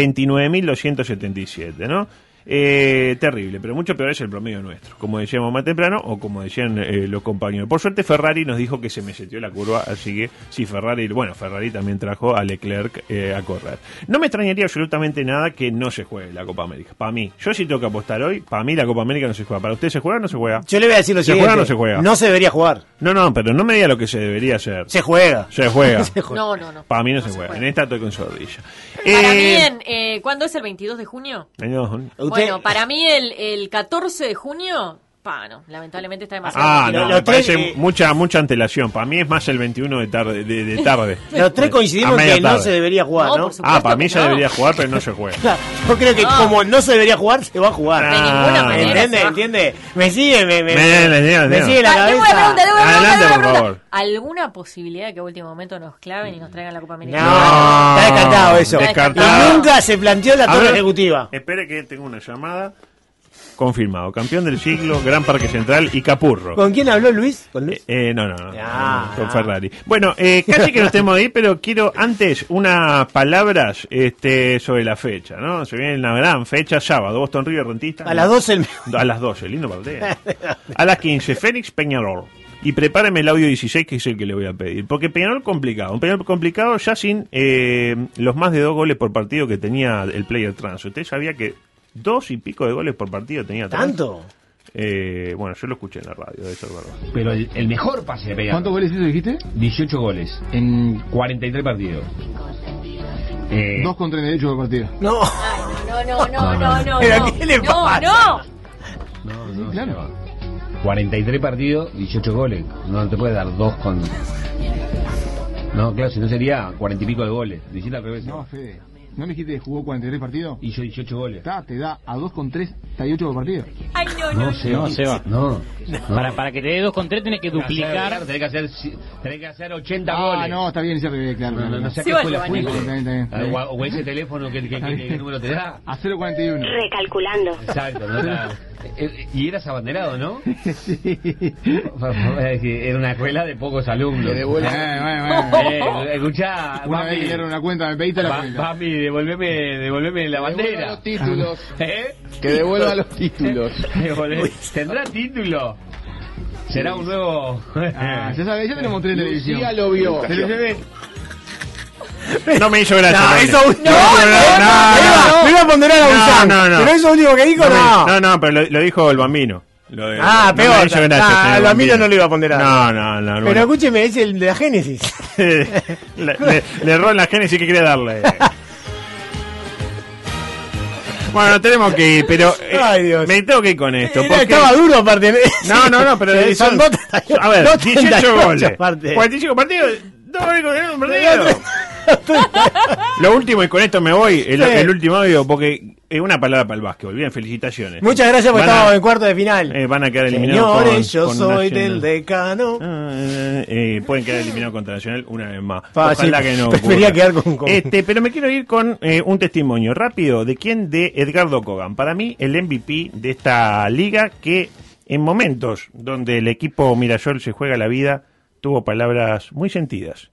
Speaker 8: 29.277, ¿no? Eh, terrible, pero mucho peor es el promedio nuestro, como decíamos más temprano o como decían eh, los compañeros. Por suerte, Ferrari nos dijo que se me setió la curva, así que sí, Ferrari, bueno, Ferrari también trajo a Leclerc eh, a correr. No me extrañaría absolutamente nada que no se juegue la Copa América, para mí. Yo sí tengo que apostar hoy, para mí la Copa América no se juega. ¿Para usted se juega o no se juega?
Speaker 9: Yo le voy a decir lo
Speaker 8: ¿Se
Speaker 9: siguiente.
Speaker 8: juega o no se juega?
Speaker 9: No se debería jugar.
Speaker 8: No, no, pero no me diga lo que se debería hacer.
Speaker 9: Se juega.
Speaker 8: Se juega.
Speaker 10: No, no, no.
Speaker 8: Para mí no,
Speaker 10: No
Speaker 8: se,
Speaker 10: se
Speaker 8: juega.
Speaker 10: juega.
Speaker 8: En esta estoy con Zorrilla.
Speaker 10: Para mí,
Speaker 8: Eh,
Speaker 10: en, eh, ¿cuándo es el 22 de junio?
Speaker 8: en dos-
Speaker 9: Usted-
Speaker 10: Bueno, para mí el, el 14 de junio, pa, no, lamentablemente está demasiado.
Speaker 8: Ah,
Speaker 10: tranquilo.
Speaker 8: no,
Speaker 9: Los
Speaker 8: me
Speaker 9: tres,
Speaker 8: parece
Speaker 9: eh,
Speaker 8: mucha, mucha antelación. Para mí es más el 21 de tarde. De, de tarde.
Speaker 9: Los tres
Speaker 8: A
Speaker 9: coincidimos en
Speaker 8: media
Speaker 9: que no
Speaker 8: tarde.
Speaker 9: se debería jugar,
Speaker 10: No,
Speaker 9: ¿no? Ah,
Speaker 10: por supuesto
Speaker 8: Ah, para mí
Speaker 10: que
Speaker 8: ya
Speaker 10: no.
Speaker 8: debería jugar, pero no se juega.
Speaker 9: (laughs) Yo creo que
Speaker 10: No.
Speaker 9: como no se debería jugar, se va a jugar.
Speaker 8: Ah,
Speaker 10: De ninguna manera.
Speaker 9: ¿Entiende?
Speaker 10: se va.
Speaker 9: ¿Entiende? Me sigue, me, me,
Speaker 8: Me- me- me- me-
Speaker 9: sigue la
Speaker 10: Ah, tengo una
Speaker 9: cabeza.
Speaker 10: pregunta, tengo una pregunta, tengo
Speaker 8: Adelante, por
Speaker 10: una pregunta.
Speaker 8: favor.
Speaker 10: ¿Alguna posibilidad de que a último momento nos claven y nos traigan la Copa América?
Speaker 9: No, está descartado eso.
Speaker 8: Ah, Descartado.
Speaker 9: Y nunca se planteó la
Speaker 8: A
Speaker 9: torre
Speaker 8: ver, Eh.
Speaker 9: ejecutiva.
Speaker 8: Espere que tengo una llamada. Confirmado. Campeón del siglo, Gran Parque Central y Capurro.
Speaker 9: ¿Con quién habló Luis? ¿Con Luis?
Speaker 8: Eh, no, no, no.
Speaker 9: Ah.
Speaker 8: Con Ferrari. Bueno, eh, casi que nos estemos ahí, pero quiero antes unas palabras este, sobre la fecha, ¿no? Se viene una gran fecha, sábado, Boston River Rentista.
Speaker 9: A las 12 el...
Speaker 8: A las 12, lindo
Speaker 9: (laughs)
Speaker 8: partido. A las 15, Fénix Peñarol. Y prepáreme el audio 16, que es el que le voy a pedir. Porque Peñarol complicado. Un Peñarol complicado ya sin eh, los más de dos goles por partido que tenía el player trans. ¿Usted sabía que dos y pico de goles por partido tenía trans?
Speaker 9: ¿Tanto?
Speaker 8: Eh, bueno, yo lo escuché en la radio, de eso es verdad.
Speaker 12: Pero el, el mejor pase de Peñarol.
Speaker 4: ¿Cuántos goles hizo, dijiste?
Speaker 12: 18 goles en 43 partidos. Eh,
Speaker 4: Dos con 38 de partida.
Speaker 9: No.
Speaker 10: No, no, no, no, no.
Speaker 9: ¿Pero
Speaker 10: no.
Speaker 9: qué le
Speaker 10: No,
Speaker 9: pasa?
Speaker 10: no.
Speaker 4: Claro.
Speaker 12: 43 partidos, 18 goles. No te puede dar dos con. No, claro, si no sería 40 y pico de goles. Diciendo al revés.
Speaker 4: No, Fede. ¿No me dijiste que jugó 43 partidos?
Speaker 12: Hizo 18 goles.
Speaker 4: Está, te da a 2 con 38 de partida.
Speaker 10: Ay, no, no.
Speaker 12: No, Seba. No,
Speaker 13: Para, para que te dé 2 con 3 tienes que
Speaker 12: Tenés que hacer-
Speaker 13: duplicar.
Speaker 12: Tenés que hacer, tenés que hacer 80
Speaker 14: ah,
Speaker 12: goles.
Speaker 14: no, está bien, siempre claro.
Speaker 12: No, no, no sé a
Speaker 14: Sí,
Speaker 12: qué
Speaker 14: vale,
Speaker 12: escuela
Speaker 14: vale.
Speaker 12: fuiste.
Speaker 14: Está bien, está bien, está bien.
Speaker 12: Ah, O, o ese teléfono que, que- que- que- qué número te da.
Speaker 14: A 041.
Speaker 15: Recalculando.
Speaker 12: Exacto, no era- eh, Y eras abanderado, ¿no?
Speaker 14: Sí.
Speaker 12: Es que Era una escuela de pocos alumnos. Ah,
Speaker 14: Que devuelve- Eh, bueno, bueno.
Speaker 12: Eh, escuchá,
Speaker 14: Una
Speaker 12: papi.
Speaker 14: vez que dieron una cuenta, me pediste la
Speaker 12: Pa-
Speaker 14: cuenta.
Speaker 12: Papi, devolveme, devolveme la bandera.
Speaker 14: los títulos.
Speaker 12: (laughs) ¿Eh?
Speaker 14: Que devuelva los títulos.
Speaker 12: Devolve- ¿Tendrá título? ¿Será un nuevo...? (laughs)
Speaker 14: Ah, ya sabes, ya te lo mostré en televisión.
Speaker 12: Lucía lo vio.
Speaker 14: Te lo llevé.
Speaker 8: No me hizo gracia.
Speaker 9: No,
Speaker 8: Pablo.
Speaker 9: eso último.
Speaker 8: No,
Speaker 9: No,
Speaker 8: no,
Speaker 9: no,
Speaker 8: no.
Speaker 9: no. Me iba a ponderar a
Speaker 8: No,
Speaker 9: Gusán,
Speaker 8: no, no.
Speaker 9: pero eso último que dijo,
Speaker 8: me-
Speaker 9: no.
Speaker 8: No, no, pero lo, lo dijo el bambino. Lo de-
Speaker 9: Ah,
Speaker 8: no me
Speaker 9: peor.
Speaker 8: hizo gracia,
Speaker 9: Ah,
Speaker 8: señor
Speaker 9: el bambino no lo iba a ponderar.
Speaker 8: No, no, no. no,
Speaker 9: Pero
Speaker 8: bueno.
Speaker 9: escúcheme, es el de la Génesis.
Speaker 8: (laughs) le, le, le erró en la génesis que quiere
Speaker 9: (laughs)
Speaker 8: darle. Bueno, tenemos que ir, pero eh, me tengo que ir con esto.
Speaker 9: Era-
Speaker 8: porque-
Speaker 9: Eh, Estaba duro, aparte.
Speaker 8: No, no, no, pero
Speaker 9: (laughs) Sí,
Speaker 8: son-
Speaker 9: son dos treinta-
Speaker 8: a ver,
Speaker 9: (laughs) dos
Speaker 8: 18
Speaker 9: 38
Speaker 8: goles.
Speaker 9: aparte.
Speaker 8: 45 partidos, dos goles con el partido. (laughs) Lo último, y con esto me voy, el,
Speaker 9: Sí.
Speaker 8: el último audio, porque es una palabra para el básquetbol. Bien, felicitaciones.
Speaker 9: Muchas gracias por
Speaker 8: Van a-
Speaker 9: estar en cuarto de final.
Speaker 8: eh, van a quedar eliminados.
Speaker 9: Señores,
Speaker 8: con-
Speaker 9: yo
Speaker 8: con
Speaker 9: soy
Speaker 8: Nacional.
Speaker 9: del decano.
Speaker 8: Eh, eh, pueden quedar eliminados contra Nacional una vez más.
Speaker 9: Ah,
Speaker 8: Ojalá
Speaker 9: sí,
Speaker 8: que no.
Speaker 9: (laughs) prefería
Speaker 8: ocurra.
Speaker 9: quedar con- con-
Speaker 8: Este, pero me quiero ir con eh, un testimonio rápido de quién de Edgardo Cogan. Para mí, el MVP de esta liga que en momentos donde el equipo Mirasol se juega la vida, tuvo palabras muy sentidas.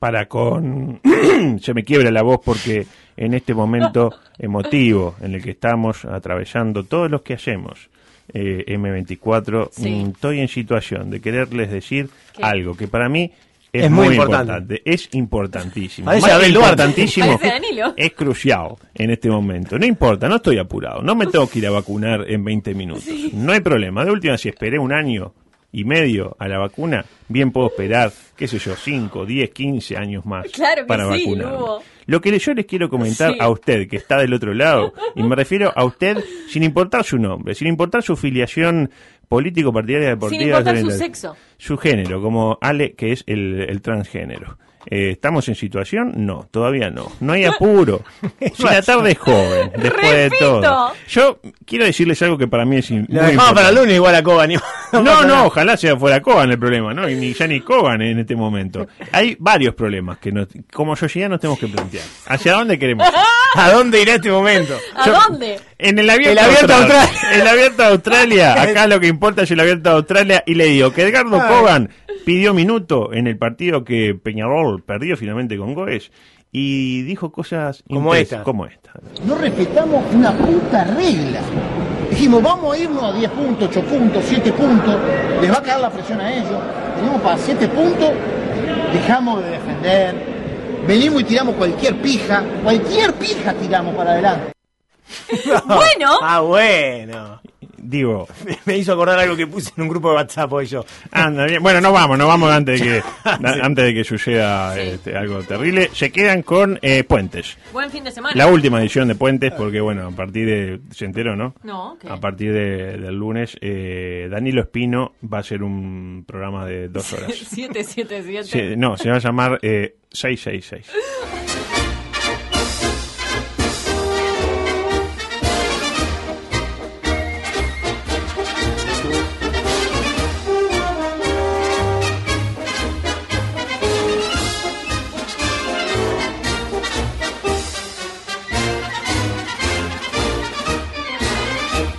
Speaker 8: Para con. (coughs) se me quiebra la voz porque en este momento emotivo en el que estamos atravesando todos los que hacemos. eh, M24,
Speaker 1: Sí.
Speaker 8: mm, estoy en situación de quererles decir
Speaker 1: ¿Qué?
Speaker 8: algo que para mí es,
Speaker 1: Es
Speaker 8: muy,
Speaker 1: muy
Speaker 8: importante.
Speaker 1: importante.
Speaker 8: es importantísimo.
Speaker 1: Parece
Speaker 8: Más que
Speaker 1: Abel Duarte.
Speaker 8: importantísimo,
Speaker 1: Parece Danilo.
Speaker 8: es crucial en este momento. No importa, no estoy apurado, no me tengo que ir a vacunar en 20 minutos. No hay problema. De última, si esperé un año y medio a la vacuna, bien puedo esperar, qué sé yo, 5, 10, 15 años más
Speaker 16: Claro que
Speaker 8: para
Speaker 16: sí,
Speaker 8: vacunarme.
Speaker 16: Lugo.
Speaker 8: Lo que yo les quiero comentar
Speaker 16: Sí.
Speaker 8: a usted, que está del otro lado, y me refiero a usted sin importar su nombre, sin importar su filiación político, partidaria, deportiva,
Speaker 10: Sin importar su
Speaker 8: oriental
Speaker 10: sexo.
Speaker 8: su género, como Ale, que es el, el transgénero. Eh, ¿Estamos en situación? No, todavía no. No
Speaker 10: (laughs)
Speaker 8: hay apuro. Si la tarde es joven, después de
Speaker 9: Repito.
Speaker 8: todo. Yo quiero decirles algo que para mí es im-
Speaker 9: Lo
Speaker 8: muy
Speaker 9: dejamos para el
Speaker 8: importante.
Speaker 9: lunes igual a (laughs) Coban.
Speaker 8: No, no, ojalá sea fuera Coban el problema, ¿no? Y ni ya ni Coban en este momento. Hay varios problemas que nos- como sociedad nos tenemos que plantear. ¿Hacia dónde queremos? ir?
Speaker 9: ¿A dónde irá este momento?
Speaker 10: (laughs) ¿A
Speaker 8: Yo-
Speaker 10: dónde?
Speaker 8: En el abierto,
Speaker 9: El abierto
Speaker 8: Austral-
Speaker 9: Australia.
Speaker 8: El abierto
Speaker 9: (laughs)
Speaker 8: Australia. Acá lo que importa es el abierto Australia. Y le digo que Edgardo
Speaker 1: Ay.
Speaker 8: Cogan pidió minuto en el partido que Peñarol perdió finalmente con Goes. Y dijo cosas
Speaker 9: Como
Speaker 8: interes-
Speaker 9: esta.
Speaker 8: como esta.
Speaker 17: No respetamos una puta regla. Dijimos, vamos a irnos a 10 puntos, 8 puntos, 7 puntos. Les va a caer la presión a ellos. Venimos para 7 puntos, dejamos de defender. Venimos y tiramos cualquier pija. Cualquier pija tiramos para adelante.
Speaker 10: Bueno.
Speaker 9: Ah, bueno.
Speaker 8: Digo.
Speaker 9: Me hizo acordar algo que puse en un grupo de WhatsApp hoy yo.
Speaker 8: Anda bien. Bueno, no vamos, no vamos antes de que, na- antes de que suceda este, algo terrible. Se quedan con eh, Puentes.
Speaker 10: Buen fin de semana. (laughs)
Speaker 8: La última edición de Puentes, porque bueno, a partir de. ¿Se enteró, no?
Speaker 10: No, ¿qué?
Speaker 8: A partir de- del lunes, eh, Danilo Espino va a ser un programa de dos
Speaker 10: (laughs)
Speaker 8: horas.
Speaker 10: 777.
Speaker 8: Se- no, se va a llamar eh, 666.
Speaker 1: FM.